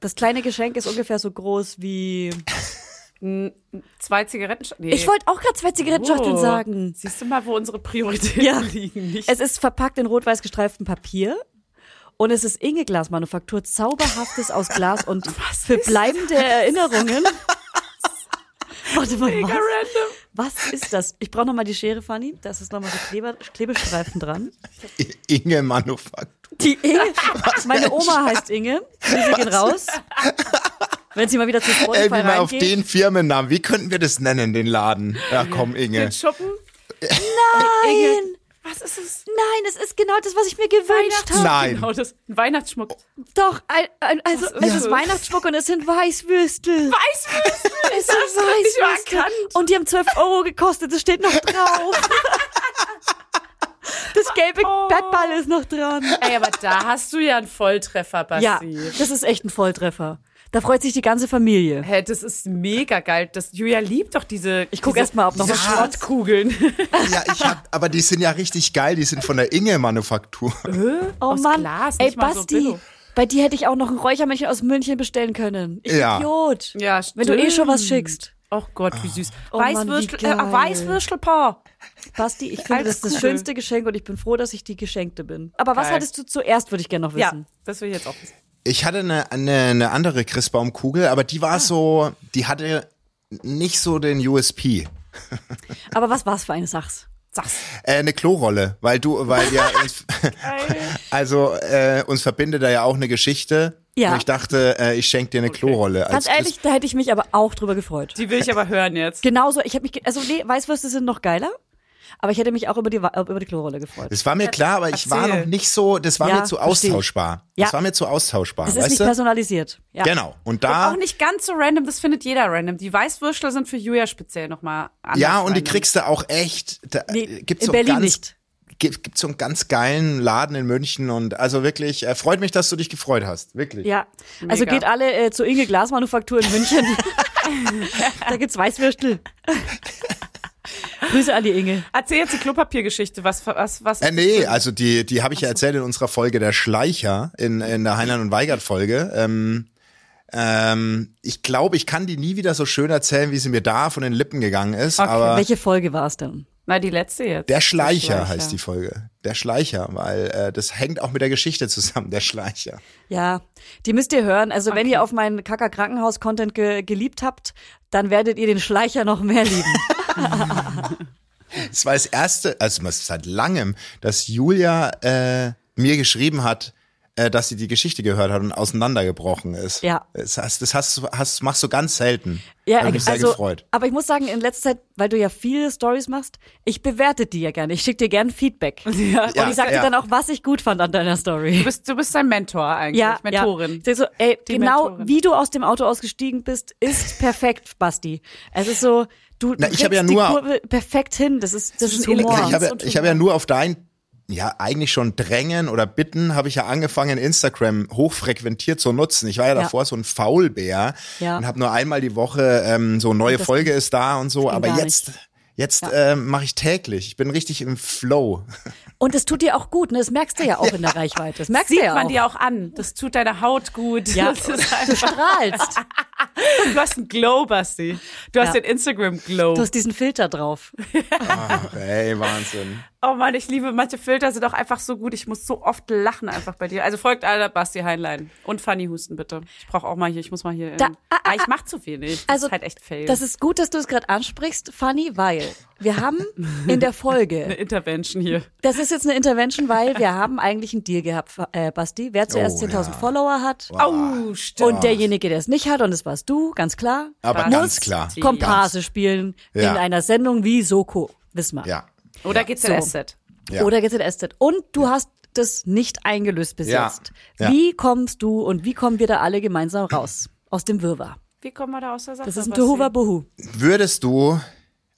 das kleine Geschenk ist ungefähr so groß wie.
Zwei Zigaretten. Nee.
Ich wollte auch gerade zwei Zigarettenschachteln
Oh.
sagen.
Siehst du mal, wo unsere Prioritäten
Ja.
liegen? Nicht
Es ist verpackt in rot-weiß gestreiftem Papier. Und es ist Inge-Glas-Manufaktur, zauberhaftes aus Glas und für bleibende Erinnerungen. Warte mal,
mega
was,
random.
was ist das? Ich brauche nochmal die Schere, Fanny. Da ist nochmal so Kleber, Klebestreifen dran.
Inge oh Manufaktur.
Die Inge, meine Oma heißt Inge. Grüße gehen raus. Wenn sie mal wieder zu Spotify
Ey, wie mal auf
reingeht.
den Firmennamen. Wie könnten wir das nennen, den Laden? Ja, komm, Inge.
Den Schuppen.
Nein!
Was ist es?
Nein, es ist genau das, was ich mir gewünscht habe.
Nein.
Genau, das ein Weihnachtsschmuck.
Oh. Doch, ein, ein, also
Das ist
es ist
so.
Weihnachtsschmuck und es sind Weißwürstel.
Weißwürstel!
Es sind
hab's grad nicht mehr
Weißwürstel.
erkannt.
Und die haben 12 Euro gekostet, das steht noch drauf. Das gelbe
Oh.
Bettball ist noch dran.
Ey, aber da hast du ja einen Volltreffer,
Ja,
Basti.
das ist echt ein Volltreffer. Da freut sich die ganze Familie.
Hä, das ist mega geil. Das, Julia liebt doch diese.
Ich guck
diese-
erst mal, ob noch
diese
was-
Schrottkugeln.
Ja, ich hab, aber die sind ja richtig geil. Die sind von der Inge-Manufaktur.
Oh
Aus
Mann,
Glas,
ey
nicht mal so
Basti,
Billo.
bei dir hätte ich auch noch ein Räuchermännchen aus München bestellen können. Ich
Ja.
Idiot.
Ja,
Wenn du eh schon was
stimmt.
schickst.
Oh Gott,
Ah.
wie süß.
Oh Mann, wie
Weißwürstel,
geil.
äh, Weißwürstelpaar.
Basti, ich finde, das
Als
ist das
Kugel.
schönste Geschenk und ich bin froh, dass ich die Geschenkte bin. Aber was
Geil.
hattest du zuerst, würde ich gerne noch
Ja,
wissen.
das will ich jetzt auch wissen.
Ich hatte eine, eine, eine andere Christbaumkugel, aber die
Ah.
war so, die hatte nicht so den USP.
Aber was war es für eine Sachs?
Sag's.
Äh, eine Klorolle, weil du, weil ja uns, also äh, uns verbindet da ja auch eine Geschichte.
Ja.
Und ich dachte, äh, ich schenke dir eine Klorolle.
Ganz
als
ehrlich, da hätte ich mich aber auch drüber gefreut.
Die will ich aber hören jetzt.
Genauso, ich habe mich, ge- also nee, Weißwürste sind noch geiler, aber ich hätte mich auch über die, Wa- äh, über die Chlorrolle gefreut.
Das war mir klar, aber ich war
Erzähl.
noch nicht so, das war
äh, Ja,
mir zu
versteh.
austauschbar.
Ja.
Das war mir zu austauschbar,
Es ist
weißt
nicht
du?
personalisiert. Ja.
Genau. Und da,
Auch nicht ganz so random, das findet jeder random. Die Weißwürstel sind für Julia speziell nochmal anders.
ja, und die
random.
kriegst du auch echt, da
Nee,
äh, gibt's
in
so
Berlin
ganz,
nicht.
Gibt, gibt's so einen ganz geilen Laden in München und also wirklich, äh, freut mich, dass du dich gefreut hast. Wirklich.
Ja, also
Mega.
geht alle äh, zur Inge Glasmanufaktur in München. da gibt's Weißwürstel. Grüße an die Inge.
Erzähl jetzt die Klopapiergeschichte. Was, was, was?
Äh, nee, also die, die habe ich ja erzählt in unserer Folge der Schleicher, in, in der Heinlein und Weigert Folge. Ähm, ähm, ich glaube, ich kann die nie wieder so schön erzählen, wie sie mir da von den Lippen gegangen ist. Aber
Welche Folge war's denn?
Na, die letzte jetzt.
der Schleicher, heißt die Folge. Der Schleicher, weil äh, das hängt auch mit der Geschichte zusammen, der Schleicher.
Ja, die müsst ihr hören. Also wenn ihr auf meinen Kacker Krankenhaus Content ge geliebt habt, dann werdet ihr den Schleicher noch mehr lieben.
Es war das erste, also es ist seit langem, dass Julia äh, mir geschrieben hat, äh, dass sie die Geschichte gehört hat und auseinandergebrochen ist.
Ja.
Das, hast, das hast, du- hast, machst du ganz selten.
Ja,
Hab mich sehr
also,
gefreut.
aber ich muss sagen, in letzter Zeit, weil du ja viele Stories machst, ich bewerte die ja gerne. Ich schicke dir gerne Feedback. Ja, und
Ja,
ich sag dir
ja.
dann auch, was ich gut fand an deiner Story.
Du bist, du bist sein Mentor eigentlich,
Ja, Ja.
Mentorin.
Ich sag So, ey,
Die
genau
Mentorin.
wie du aus dem Auto ausgestiegen bist, ist perfekt, Basti. Es ist so, du,
Na,
du
ich hab ja
kriegst
nur-
die Kurve perfekt hin. Das ist, das,
ist
ist
Humor.
Humor.
Ja, ich habe
und
ich habe ja nur auf dein ja eigentlich schon drängen oder bitten habe ich ja angefangen Instagram hochfrequentiert zu nutzen. Ich war ja
Ja.
davor so ein Faulbär
Ja.
und habe nur einmal die Woche ähm, so neue Folge ist da und so,
ging
aber
gar
jetzt jetzt ähm, mache ich täglich. Ich bin richtig im Flow.
Und es tut dir auch gut, ne? Das merkst du ja auch in der Reichweite. Das merkst
Sieht
du ja
man
auch.
dir auch an. Das tut deiner Haut gut.
Ja.
Das ist
Du
einfach,
strahlst.
du hast einen Glow, Basti. Du hast
Ja.
den Instagram-Glow.
Du hast diesen Filter drauf.
Ach, ey, Wahnsinn.
Oh Mann, ich liebe, manche Filter sind auch einfach so gut. Ich muss so oft lachen einfach bei dir. Also folgt alle Basti Heinlein und Fanny Husten bitte. Ich brauche auch mal hier, ich muss mal hier. in-
Da- ah,
ah, ich mach zu wenig. Das
Also,
ist halt echt fail.
Das ist gut, dass du es gerade ansprichst, Fanny, weil wir haben in der Folge,
eine Intervention hier.
das ist jetzt eine Intervention, weil wir haben eigentlich einen Deal gehabt, äh, Basti. Wer zuerst
Oh,
10.000
ja.
Follower hat
Oh, stimmt.
und derjenige, der es nicht hat, und es warst du, ganz klar,
Aber
Krass.
ganz klar.
Die-
Komparse spielen
Ja.
in einer Sendung wie Soko, wissen wir.
Ja.
Oder geht's in
So.
Asset?
Ja.
Oder GZSZ. Und du hast das nicht eingelöst bis
Ja.
jetzt.
Ja.
Wie kommst du und wie kommen wir da alle gemeinsam raus? Aus dem Wirrwarr.
Wie kommen wir da aus der Sache?
Das ist ein
Basti?
Tohuwa Bohu.
Würdest du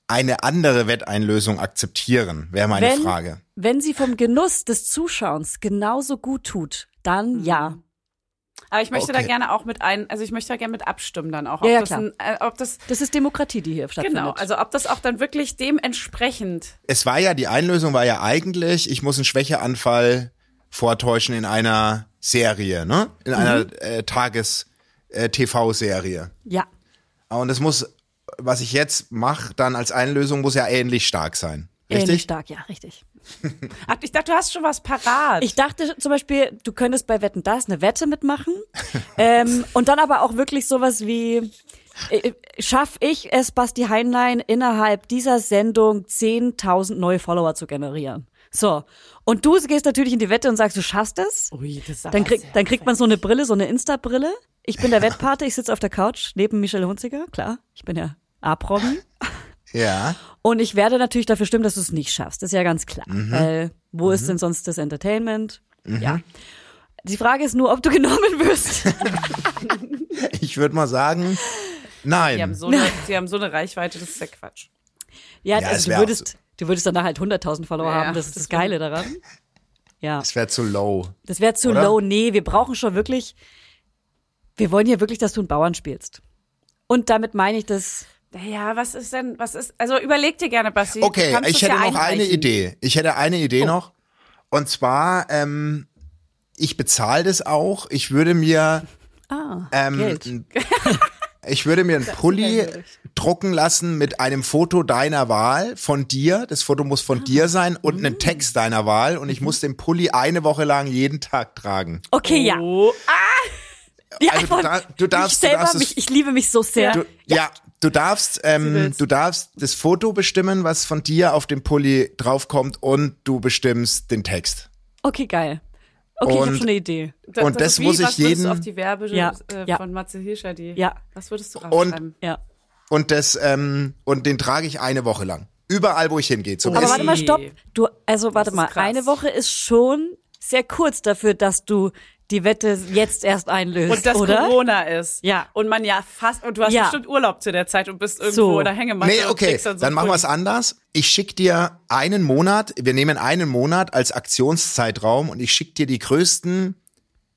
eine andere Wetteinlösung akzeptieren? Wäre meine
Wenn,
Frage.
wenn sie vom Genuss des Zuschauens genauso gut tut, dann ja.
Mhm. Aber ich möchte da
Okay.
gerne auch mit ein, also ich möchte da gerne mit abstimmen dann auch.
Ja,
ob
ja,
das
klar.
Ein, äh, ob das,
Das ist Demokratie, die hier stattfindet.
genau, also ob das auch dann wirklich dementsprechend
es war ja, die Einlösung war ja eigentlich, ich muss einen Schwächeanfall vortäuschen in einer Serie, ne? In
Mhm.
einer äh, Tages-TV-Serie.
ja.
Und es muss, was ich jetzt mache, dann als Einlösung, muss ja ähnlich stark sein. Richtig?
Ähnlich stark, ja, richtig.
Ach, Ich dachte, du hast schon was parat.
Ich dachte zum Beispiel, du könntest bei Wetten das eine Wette mitmachen ähm, und dann aber auch wirklich sowas wie äh, schaff ich es, Basti Heinlein, innerhalb dieser Sendung 10.000 neue Follower zu generieren. So. Und du gehst natürlich in die Wette und sagst, du schaffst es.
Ui, das ist aber
Dann, krieg,
sehr
dann kriegt man so eine Brille, so eine Insta-Brille. Ich bin der Wettpate, ich sitze auf der Couch neben Michelle Hunziker, klar. Ich bin ja A-Promi.
Ja. Mhm.
Und ich werde natürlich dafür stimmen, dass du es nicht schaffst. Das ist ja ganz klar. Weil Wo ist denn sonst das Entertainment? Ja. Die Frage ist nur, ob du genommen wirst.
Ich würde mal sagen,
Die haben,
nein.
so eine, die haben so eine Reichweite, das ist ja Quatsch.
Ja,
Ja, es
also du
wär
würdest, du würdest danach halt 100.000 Follower
Ja,
haben. Das ist das
das
Geile daran. Ja,
Es wäre zu low.
das wäre zu
Oder?
low. Nee, wir brauchen schon wirklich, wir wollen ja wirklich, dass du einen Bauern spielst. Und damit meine ich das,
Naja, was ist denn, was ist, also überleg dir gerne, Basti. Du
Okay,
kannst
ich
es
hätte
ja
noch eine
einreichen. Oh.
Idee. Ich hätte eine Idee noch. Und zwar, ähm, ich bezahle das auch. Ich würde mir,
ah,
ähm,
Geld.
ein- ich würde mir einen Pulli drucken lassen mit einem Foto deiner Wahl von dir. Das Foto muss von
Ah.
dir sein und einen Text deiner Wahl. Und
Mhm.
ich muss den Pulli eine Woche lang jeden Tag tragen.
Okay, ja.
Oh,
Die
Also du
Antwort.
dar- du darfst-
ich
du
selber
darfst es-
mich, ich liebe mich so sehr.
Du, ja. du darfst, ähm,
will's.
du darfst das Foto bestimmen, was von dir auf dem Pulli draufkommt, und du bestimmst den Text.
Okay, geil. Okay, ich habe
Und-
schon eine Idee.
da-
Und das
ist wie,
muss ich
was würdest du
jeden-
auf die Werbe
Ja,
äh,
ja.
von Matze Hirscher, die.
Ja.
Was würdest du
Und-
rausschreiben?
Ja.
Und das, ähm, und den trage ich eine Woche lang. Überall, wo ich hingehe. Zum
Oh, Aber
Essen.
warte mal, stopp. Du, also warte
ist
mal,
krass.
eine Woche ist schon sehr kurz dafür, dass du die Wette jetzt erst einlöst,
Und das
oder?
Corona ist.
Ja.
Und man ja fast, und du hast
Ja.
bestimmt Urlaub zu der Zeit und bist irgendwo
So.
oder Hängematte.
Nee,
und
okay,
kriegst so
dann
einen
machen wir es
Pulli.
anders. Ich schicke dir einen Monat, wir nehmen einen Monat als Aktionszeitraum und ich schicke dir die größten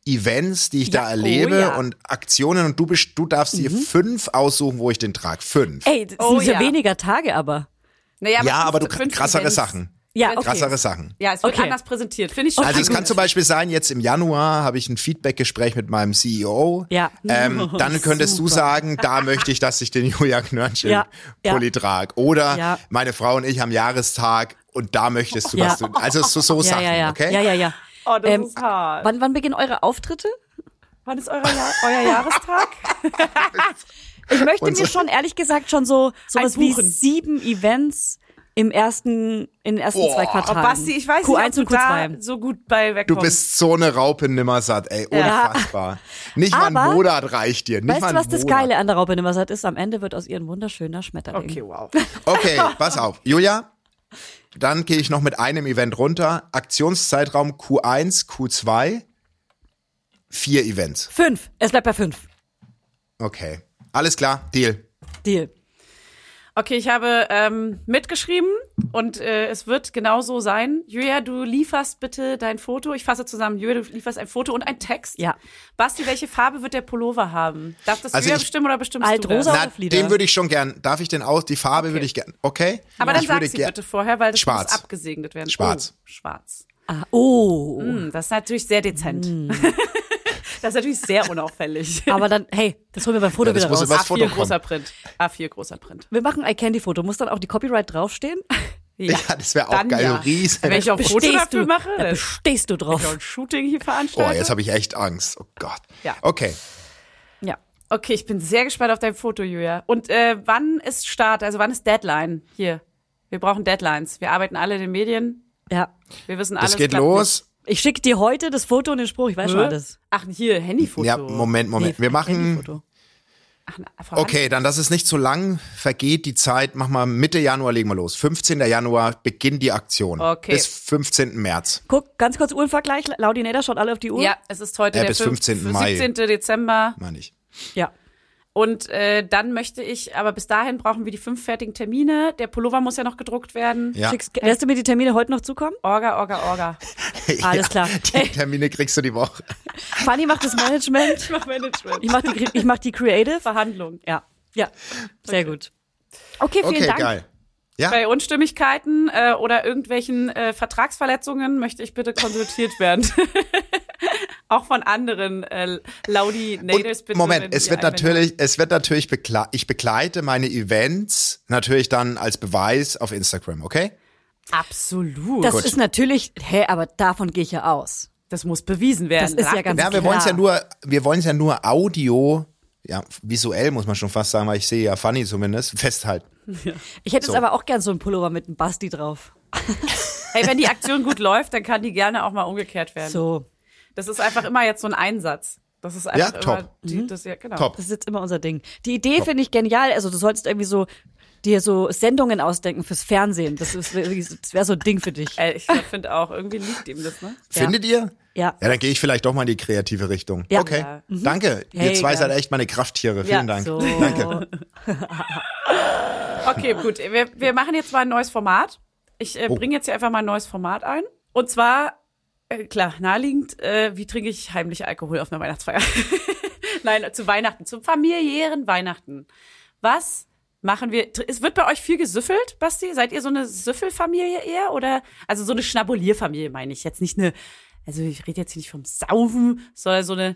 Events, die ich
Ja,
da
oh
erlebe
ja. Mhm.
und Aktionen und du, best- du darfst dir fünf aussuchen, wo ich den trage. Fünf.
Ey, das
Oh,
sind ja
ja.
weniger Tage, aber.
Naja,
ja, aber du
fünf- fünf
krassere
Events.
Sachen.
Ja, okay.
Krassere Sachen.
Ja, es wird
Okay.
anders präsentiert, finde ich schon.
Also es
gut.
kann zum Beispiel sein, jetzt im Januar habe ich ein Feedback-Gespräch mit meinem CEO.
Ja.
Ähm, dann könntest du
Super.
sagen, da möchte ich, dass ich den Julia Knörnchen
Ja, ja.
Pulli trage. Oder
Ja.
meine Frau und ich haben Jahrestag und da möchtest du
Ja.
was tun. Also so, so
Ja,
Sachen,
ja, ja.
okay?
Ja, ja, ja.
Oh, das
Ähm,
ist hart.
Wann, wann beginnen eure Auftritte?
Wann ist euer, Jahr, euer Jahrestag?
Ich möchte
Und so-
mir schon ehrlich gesagt schon so sowas wie
Buchen.
sieben Events im ersten, in den ersten
Boah.
zwei
Oh,
Quartalen.
Oh, Basti, ich weiß
Q1
nicht, ob
und
du da
Q2.
so gut bei
Du
wegkommst.
bist so eine Raupe nimmersatt, ey, unfassbar. Nicht mal
Aber-
ein Monat reicht dir. Nicht
Weißt
mal
du,
ein
was das
Monat.
Geile an der Raupe Nimmersatt ist? Am Ende wird aus ihren wunderschöner Schmetterling.
Okay, wow.
Okay, pass auf. Julia, dann gehe ich noch mit einem Event runter. Aktionszeitraum Q1, Q2, vier Events.
Fünf. Es bleibt bei fünf.
Okay. Alles klar, Deal.
Deal.
Okay, ich habe ähm, mitgeschrieben und äh, es wird genau so sein. Julia, du lieferst bitte dein Foto. Ich fasse zusammen. Julia, du lieferst ein Foto und einen Text.
Ja.
Basti, welche Farbe wird der Pullover haben? Darf das
Also
Julia
ich-
bestimmen oder bestimmst du das?
Altrosa.
Na,
Sauerflieder.
den würde ich schon gern. Darf ich den aus? Die Farbe würde ich gern. Okay.
Aber dann
ich würde
sag sie
gern-
bitte vorher, weil das
Schwarz.
muss abgesegnet werden.
Schwarz.
Oh, schwarz.
Ah, oh.
Hm, das ist natürlich sehr dezent.
Hm.
das ist natürlich sehr unauffällig.
Aber dann, hey, das holen wir beim Foto
Ja, das
wieder
muss
raus.
übers Foto
A4
kommen.
großer Print. A4 großer Print.
Wir machen ein Candy-Foto. Muss dann auch die Copyright draufstehen?
Ja, das wäre auch
Dann
geil.
ja.
Riesen.
Wenn ich auch ein Foto dafür
du,
mache,
Da
dann
bestehst du
ich auch
drauf.
ein Shooting hier
Oh,
veranstalte.
jetzt habe ich echt Angst. Oh Gott.
Ja.
Okay.
Ja.
Okay, ich bin sehr gespannt auf dein Foto, Julia. Und äh, wann ist Start? Also wann ist Deadline? Hier. Wir brauchen Deadlines. Wir arbeiten alle in den Medien.
Ja.
Wir wissen alles.
Das geht
klappt
los.
Ich schicke dir heute das Foto und den Spruch. Ich weiß
nicht.
schon alles.
Ach, hier, Handyfoto.
Ja, Moment, Moment.
Nee,
Wir machen.
Handyfoto.
Ach, na, voran.
Okay, dann, dass es nicht zu lang vergeht, die Zeit, mach mal Mitte Januar legen wir los. 15. Januar beginnt die Aktion.
Okay.
Bis 15. März.
Guck, ganz kurz Uhrenvergleich. Laudinator schaut alle auf die Uhr.
Ja, es ist heute
Ja,
der
bis
fünf-
15. Mai.
17. Dezember.
Meine ich.
Ja.
Und äh, dann möchte ich, aber bis dahin brauchen wir die fünf fertigen Termine. Der Pullover muss ja noch gedruckt werden.
Ja.
Schickst, lässt du mir die Termine heute noch zukommen?
Orga, Orga, Orga.
Alles klar.
Die Termine kriegst du die Woche.
Fanny macht das Management.
Management.
Ich mach die, ich mach die Creative.
Verhandlung.
Ja. Ja. Sehr gut. Okay, vielen
Okay,
Dank.
geil.
Bei Unstimmigkeiten äh, oder irgendwelchen äh, Vertragsverletzungen möchte ich bitte konsultiert werden. Auch von anderen äh, Laudi Naders
Und
bitte.
Moment,
wenn
es
ihr
wird
Einwände
natürlich, es wird natürlich, bekle ich begleite meine Events natürlich dann als Beweis auf Instagram, okay?
habt. Absolut.
Das
Das,
Gut.
ist natürlich, hä, aber davon gehe ich ja aus.
muss bewiesen werden.
Das ist ja
Sagt
ganz
Ja, wir
Also klar.
wollen es ja nur, wir wollen es ja nur Audio, ja, visuell muss man schon fast sagen, weil ich sehe ja Funny zumindest, festhalten.
Ich hätte
So.
jetzt aber auch gern so einen Pullover mit einem Basti drauf.
Hey, wenn die Aktion gut läuft, dann kann die gerne auch mal umgekehrt werden.
So.
Das ist einfach immer jetzt so ein Einsatz. Das ist
Ja,
einfach
top.
Mhm.
immer die, das, ja, genau.
Top.
Das ist jetzt immer unser Ding. Die Idee finde ich genial. Also du solltest irgendwie so dir so Sendungen ausdenken fürs Fernsehen. Das, ist wirklich- das wäre so ein Ding für dich.
Ey, Äh, Ich finde auch, irgendwie liegt ihm das, ne?
Findet ihr?
Ja.
Ja, dann gehe ich vielleicht doch mal in die kreative Richtung.
Ja. Mhm.
Okay,
Ja.
danke.
Hey,
ihr zwei
gern.
seid echt meine Krafttiere. Vielen Dank.
So.
Danke.
Okay, gut. Wir, wir machen jetzt mal ein neues Format. Ich äh,
Oh.
bringe jetzt hier einfach mal ein neues Format ein. Und zwar, äh, klar, naheliegend, äh, wie trinke ich heimlich Alkohol auf einer Weihnachtsfeier? Nein, zu Weihnachten, zum familiären Weihnachten. Was machen wir? Tr- Es wird bei euch viel gesüffelt, Basti? Seid ihr so eine Süffelfamilie eher? Oder, also so eine Schnabulierfamilie meine ich. Jetzt nicht eine, also ich rede jetzt hier nicht vom Saufen, sondern so eine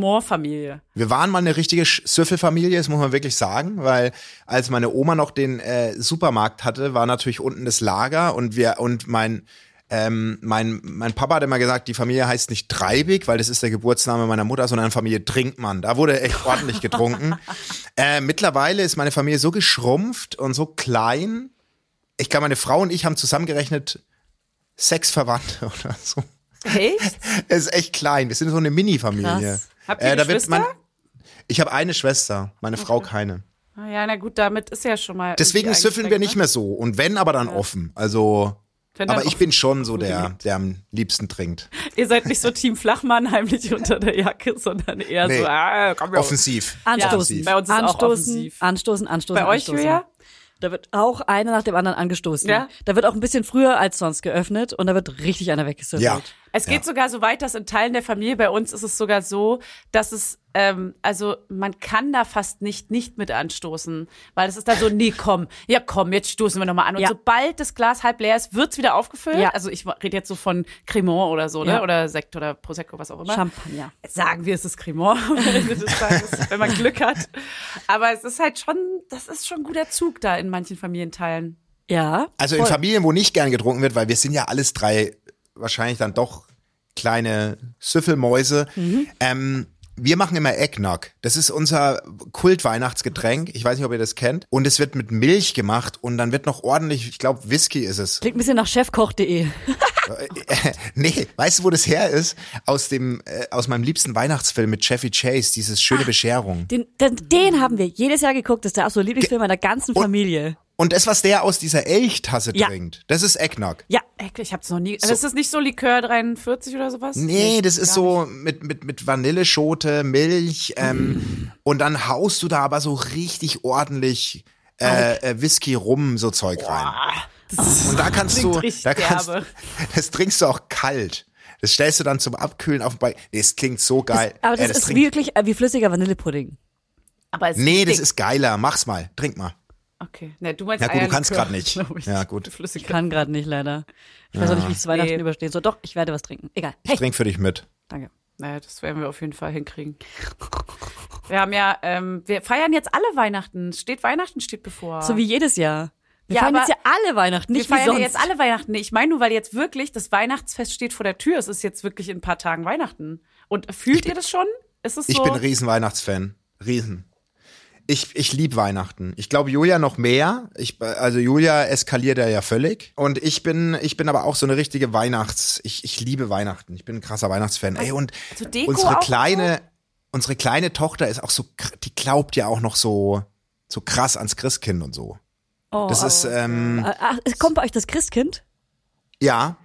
Cremor-Familie.
Wir waren mal eine richtige Sch- Süffelfamilie, das muss man wirklich sagen, weil als meine Oma noch den äh, Supermarkt hatte, war natürlich unten das Lager und wir und mein ähm, mein, mein Papa hat immer gesagt, die Familie heißt nicht Treibig, weil das ist der Geburtsname meiner Mutter, sondern Familie Trinkmann. Da wurde echt ordentlich getrunken. äh, mittlerweile ist meine Familie so geschrumpft und so klein. Ich glaube, meine Frau und ich haben zusammengerechnet sechs Verwandte oder so.
Echt?
Es ist echt klein. Wir sind so eine Mini-Familie. Äh,
Krass.
Habt ihr
da wird
Geschwister?
ich habe eine Schwester, meine Frau keine.
Ah Ja, na gut, damit ist ja schon mal.
Deswegen
irgendwie
süffeln wir
eingeschränkt,
nicht mehr so. Und wenn, aber dann offen. Also,
ne? Wenn dann
aber ich
offen.
bin schon so der, der am liebsten trinkt.
ne? Ihr seid nicht so Team Flachmann heimlich unter der Jacke, sondern eher
Nee.
so, ah, komm ja.
Offensiv.
Anstoßen.
Offensiv.
Bei uns ist auch
anstoßen,
offensiv.
anstoßen, anstoßen.
Bei euch,
anstoßen.
Julia?
Da wird auch einer nach dem anderen angestoßen.
Ja?
Da wird auch ein bisschen früher als sonst geöffnet und da wird richtig einer weggesüffelt.
Ja.
Es geht sogar so weit, dass in Teilen der Familie bei uns ist es sogar so, dass es, ähm, also man kann da fast nicht nicht mit anstoßen, weil es ist dann so, nee, komm, ja komm, jetzt stoßen wir nochmal an. Und
Ja.
sobald das Glas halb leer ist, wird's wieder aufgefüllt.
Ja.
Also ich rede jetzt so von Cremant oder so,
Ja.
ne? oder Sekt oder Prosecco, was auch immer.
Champagner.
sagen wir, es ist Cremant, am Ende des Tages, wenn man Glück hat. Aber es ist halt schon, das ist schon ein guter Zug da in manchen Familienteilen.
Ja.
Also in
voll.
Familien, wo nicht gern getrunken wird, weil wir sind ja alles drei wahrscheinlich dann doch kleine Süffelmäuse.
Mhm.
Ähm, wir machen immer Eggnog. Das ist unser Kult-Weihnachtsgetränk. Ich weiß nicht, ob ihr das kennt. Und es wird mit Milch gemacht und dann wird noch ordentlich, ich glaube, Whisky ist es.
Klingt ein bisschen nach chefkoch.de.
Nee, weißt du, wo das her ist? Aus dem, äh, aus meinem liebsten Weihnachtsfilm mit Chevy Chase, dieses
Ah.
schöne Bescherung.
Den, den,
Mhm.
den haben wir jedes Jahr geguckt. Das ist der absolute Lieblingsfilm meiner ganzen Familie.
Und das, was der aus dieser Elchtasse
Ja.
trinkt, das ist Eggnog.
Ja.
Eck, Ich hab's noch nie. Also ist das nicht so Likör 43 oder sowas?
Nee, das ist so mit, mit, mit Vanilleschote, Milch ähm, und dann haust du da aber so richtig ordentlich äh, äh, Whisky rum, so Zeug rein. Und da kannst du,
klingt richtig
da kannst,
derbe.
das trinkst du auch kalt. Das stellst du dann zum Abkühlen auf den Balkon. Nee, es klingt so geil.
Aber das,
Äh,
ist
trinkt-
wirklich äh, wie flüssiger Vanillepudding.
Aber es
Nee, das
stinkt.
ist geiler. Mach's mal. Trink mal.
Okay. Na, du meinst
Ja, gut, du
Eierlikör,
kannst grad nicht.
glaub ich.
Ja, gut.
Ich
Flüssigkeit.
kann gerade nicht, leider. Ich weiß auch
Ah.
nicht, wie ich es Weihnachten
Nee.
überstehe. So, doch, ich werde was trinken. Egal.
Ich
Hey,
trink für dich mit.
Danke. Naja, das werden wir auf jeden Fall hinkriegen. Wir haben ja, ähm, wir feiern jetzt alle Weihnachten. Steht Weihnachten steht bevor.
so wie jedes Jahr. Wir
Ja,
feiern
aber
jetzt ja alle Weihnachten, nicht
wir
wie
feiern
sonst.
ja jetzt alle Weihnachten. Ich meine nur, weil jetzt wirklich das Weihnachtsfest steht vor der Tür. Es ist jetzt wirklich in ein paar Tagen Weihnachten. Und fühlt ihr das schon? Ist es
Ich
so?
bin ein Riesen-Weihnachtsfan. Riesen. Ich, ich liebe Weihnachten. Ich glaube, Julia noch mehr. Ich, also Julia eskaliert da ja völlig. Und ich bin, ich bin aber auch so eine richtige Weihnachts. Ich, ich liebe Weihnachten. Ich bin ein krasser Weihnachtsfan. Ey, und
Also so Deko auch
unsere
und
kleine, unsere kleine Tochter ist auch so, kr- die glaubt ja auch noch so, so krass ans Christkind und so.
Oh,
Das
aber-
ist, ähm,
Ah, Ach, es kommt bei euch das Christkind?
ja.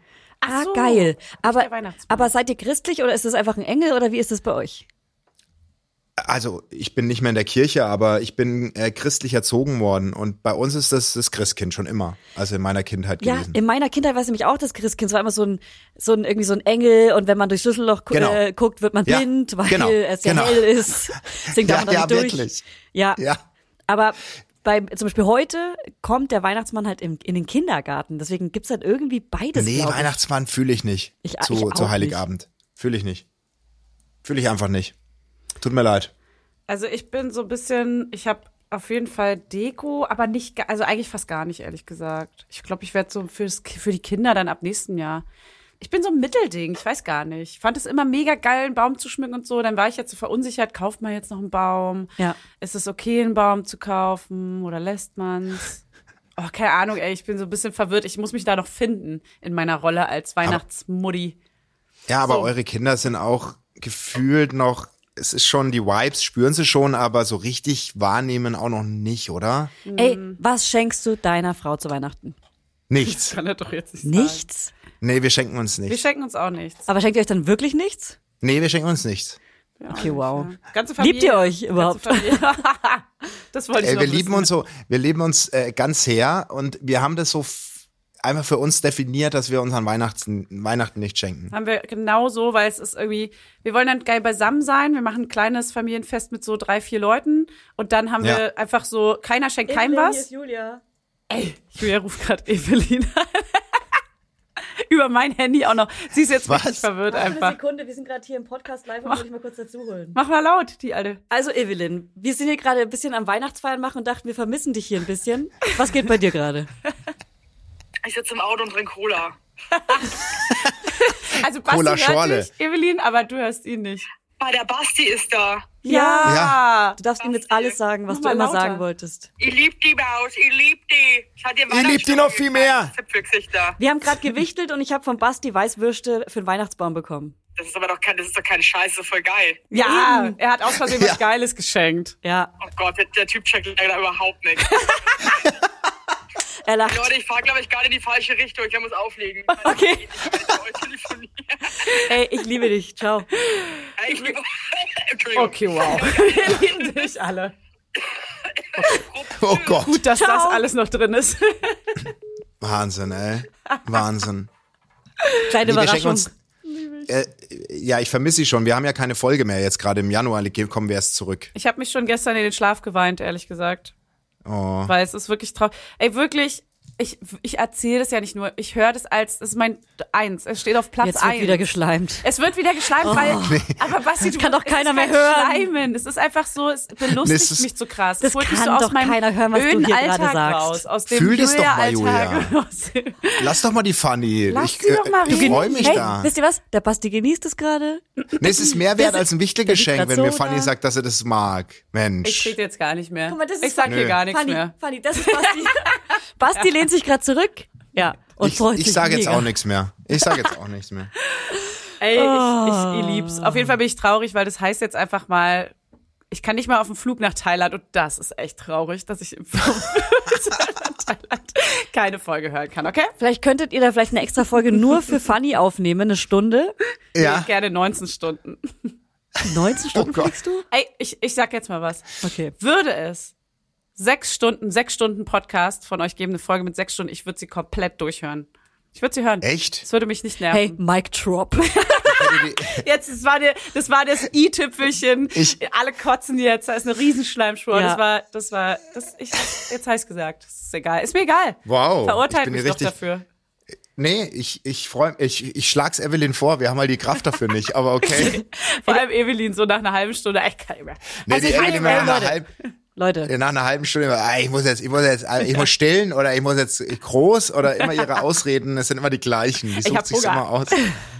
Ah,
so,
geil. Aber,
der Weihnachtsmann.
aber seid ihr christlich oder ist das einfach ein Engel oder wie ist das bei euch?
Also, ich bin nicht mehr in der Kirche, aber ich bin äh, christlich erzogen worden. Und bei uns ist das das Christkind schon immer. Also in meiner Kindheit
Ja,
gewesen.
in meiner Kindheit war es nämlich auch das Christkind. Es war immer so ein, so ein, irgendwie so ein Engel und wenn man durchs Schlüsselloch gu
Genau.
äh, guckt, wird man
Ja,
blind, weil
genau,
es ja
genau.
hell ist. Deswegen darf
Ja,
man
ja,
da nicht durch.
wirklich.
Ja,
Ja.
aber bei, zum Beispiel heute kommt der Weihnachtsmann halt im, in den Kindergarten. Deswegen gibt's halt irgendwie beides.
Nee,
glaub ich.
Weihnachtsmann fühle ich nicht.
Ich-
zu,
ich auch
zu Heiligabend. Fühle ich nicht. Fühle ich einfach nicht. Tut mir leid.
Also ich bin so ein bisschen, ich habe auf jeden Fall Deko, aber nicht, ga- also eigentlich fast gar nicht, ehrlich gesagt. Ich glaube, ich werde so fürs, für die Kinder dann ab nächsten Jahr. Ich bin so ein Mittelding, ich weiß gar nicht. Ich fand es immer mega geil, einen Baum zu schmücken und so. Dann war ich jetzt so verunsichert, kauft man jetzt noch einen Baum?
Ja.
Ist es okay, einen Baum zu kaufen oder lässt man's? Oh, keine Ahnung, ey, ich bin so ein bisschen verwirrt. Ich muss mich da noch finden in meiner Rolle als Weihnachtsmutti.
Ja, aber
So.
eure Kinder sind auch gefühlt noch es ist schon, die Vibes spüren sie schon, aber so richtig wahrnehmen auch noch nicht, oder?
Ey, was schenkst du deiner Frau zu Weihnachten?
Nichts.
Kann er doch jetzt nicht. Sagen.
Nichts?
Nee, wir schenken uns
Wir
nichts.
schenken uns auch nichts.
Aber schenkt ihr euch dann wirklich nichts?
Nee, wir schenken uns nichts.
Ja,
Okay, wow.
ja. Ganze Familie.
Liebt ihr euch überhaupt?
Ganze Familie. das wollte ich
Äh,
noch
wir lieben
wissen.
uns so, wir lieben uns äh, ganz her und wir haben das so f- einfach für uns definiert, dass wir uns an Weihnachten, Weihnachten nicht schenken.
Haben wir genau so, weil es ist irgendwie, wir wollen dann geil beisammen sein. Wir machen ein kleines Familienfest mit so drei, vier Leuten. Und dann haben
Ja.
wir einfach so, keiner schenkt keinem was.
Julia.
Ey, Julia ruft gerade Evelyn an. Über mein Handy auch noch. Sie ist jetzt
Was?
richtig verwirrt einfach.
Sekunde, wir sind gerade hier im Podcast live und wollte ich mal kurz dazu holen.
Mach mal laut, die alte.
Also Evelyn, wir sind hier gerade ein bisschen am Weihnachtsfeiern machen und dachten, wir vermissen dich hier ein bisschen. Was geht bei dir gerade?
Ich sitze im Auto und trinke Cola.
Also Basti
Cola
hört
Schorle.
dich, Evelyn, aber du hörst ihn nicht.
Ah, der Basti ist da.
Du darfst ihm jetzt alles sagen, was
Mach
du
mal
immer
lauter.
sagen wolltest.
Ich lieb die Maus, ich lieb die. Ich hat ihr
liebt die noch viel mehr.
Zipfelgesichter.
Wir haben gerade gewichtelt und ich habe von Basti Weißwürste für den Weihnachtsbaum bekommen.
Das ist aber doch kein, das ist doch keine Scheiße, voll geil.
Ja, er hat aus Versehen
Ja.
was Geiles geschenkt.
Ja,
Oh Gott, der, der Typ checkt leider überhaupt nicht. Also
er lacht.
Leute, ich fahre, glaube ich, gerade in die falsche Richtung. Ich muss auflegen. Okay. Ich kann mit euch telefonieren.
Ey, ich liebe dich. Ciao.
Ey, ich lieb- Entschuldigung.
Okay, wow. Wir lieben dich alle.
Oh Gott.
Gut, dass
Ciao.
das alles noch drin ist.
Wahnsinn, ey. Wahnsinn.
Kleine
Nee, wir schenken
Überraschung.
uns. Äh, ja, ich vermisse sie schon. Wir haben ja keine Folge mehr jetzt gerade im Januar. Kommen wir erst zurück.
Ich habe mich schon gestern in den Schlaf geweint, ehrlich gesagt.
Oh.
Weil es ist wirklich traurig. Ey, wirklich, ich, ich erzähle das ja nicht nur. Ich höre das als, das ist mein Eins. Es steht auf Platz
Jetzt wird
eins.
wieder geschleimt.
es wird wieder geschleimt, weil. Aber Basti, du
kann doch
es
keiner
ist
mehr
kein
hören.
Schleimen. Es ist einfach so, es
Nee,
belustigt
es ist-
mich so krass.
Das
es holt mich
kann
so aus
doch
meinem
keiner hören, was du
öden
hier gerade
Alltag
sagst.
Raus, aus dem
Fühl das doch mal,
Julia-Alltag
Julia.
und aus dem-
Lass doch mal die Fanny.
Lass
ich äh,
sie doch mal
ich
reden.
freue mich
hey,
da.
wisst ihr was? Der Basti genießt es gerade.
Nee, es ist mehr wert
Das-
als ein
das
Wichtelgeschenk,
ist
wenn
grad
mir
so
Fanny
da.
sagt, dass er das mag.
Ich
Mensch.
rede jetzt gar nicht mehr.
Guck mal, das ist
ich sag
Nö.
hier gar nichts
Fanny,
mehr.
Fanny, das ist Basti. Basti lehnt sich gerade zurück. Ja. Und
Ich,
freut
ich
sich
sage jetzt
mega.
auch nichts mehr. Ich sage jetzt auch nichts mehr.
Ey, ich, ich,
Oh.
ich lieb's. Auf jeden Fall bin ich traurig, weil das heißt jetzt einfach mal, ich kann nicht mal auf den Flug nach Thailand und das ist echt traurig, dass ich im Flug nach Thailand keine Folge hören kann, okay?
Vielleicht könntet ihr da vielleicht eine extra Folge nur für Funny aufnehmen, eine Stunde.
Ja.
Gerne 19 Stunden.
19 Stunden
Oh Gott.
fliegst du?
Ey, ich, ich sag jetzt mal was.
Okay.
Würde es sechs Stunden, sechs Stunden Podcast von euch geben, eine Folge mit sechs Stunden, ich würde sie komplett durchhören. Ich würde sie hören.
Echt?
Das würde mich nicht nerven.
Hey, Mike Drop.
Jetzt, das war, der, das war das i-Tüpfelchen.
Ich-
Alle kotzen jetzt. Da ist eine Riesenschleimspur.
Ja.
Das war, das war, das, ich, jetzt heiß gesagt. Das ist egal. Ist mir egal.
Wow. ich
Verurteilt
bin
mich
hier
doch
richtig.
dafür.
Nee, ich, ich freue ich, ich schlag's Evelyn vor. Wir haben halt die Kraft dafür nicht, aber okay.
Vor allem Evelyn so nach einer halben Stunde. Echt kein mehr.
Nee,
Also
die
ich meine,
Evelyn war nach,
Leute.
einer halb,
Leute,
nach einer halben Stunde, immer, ah, ich muss jetzt, ich muss jetzt, ah, ich muss stillen oder ich muss jetzt groß oder immer ihre Ausreden, es sind immer die gleichen. Die sucht
hab
sich
Hunger.
immer aus.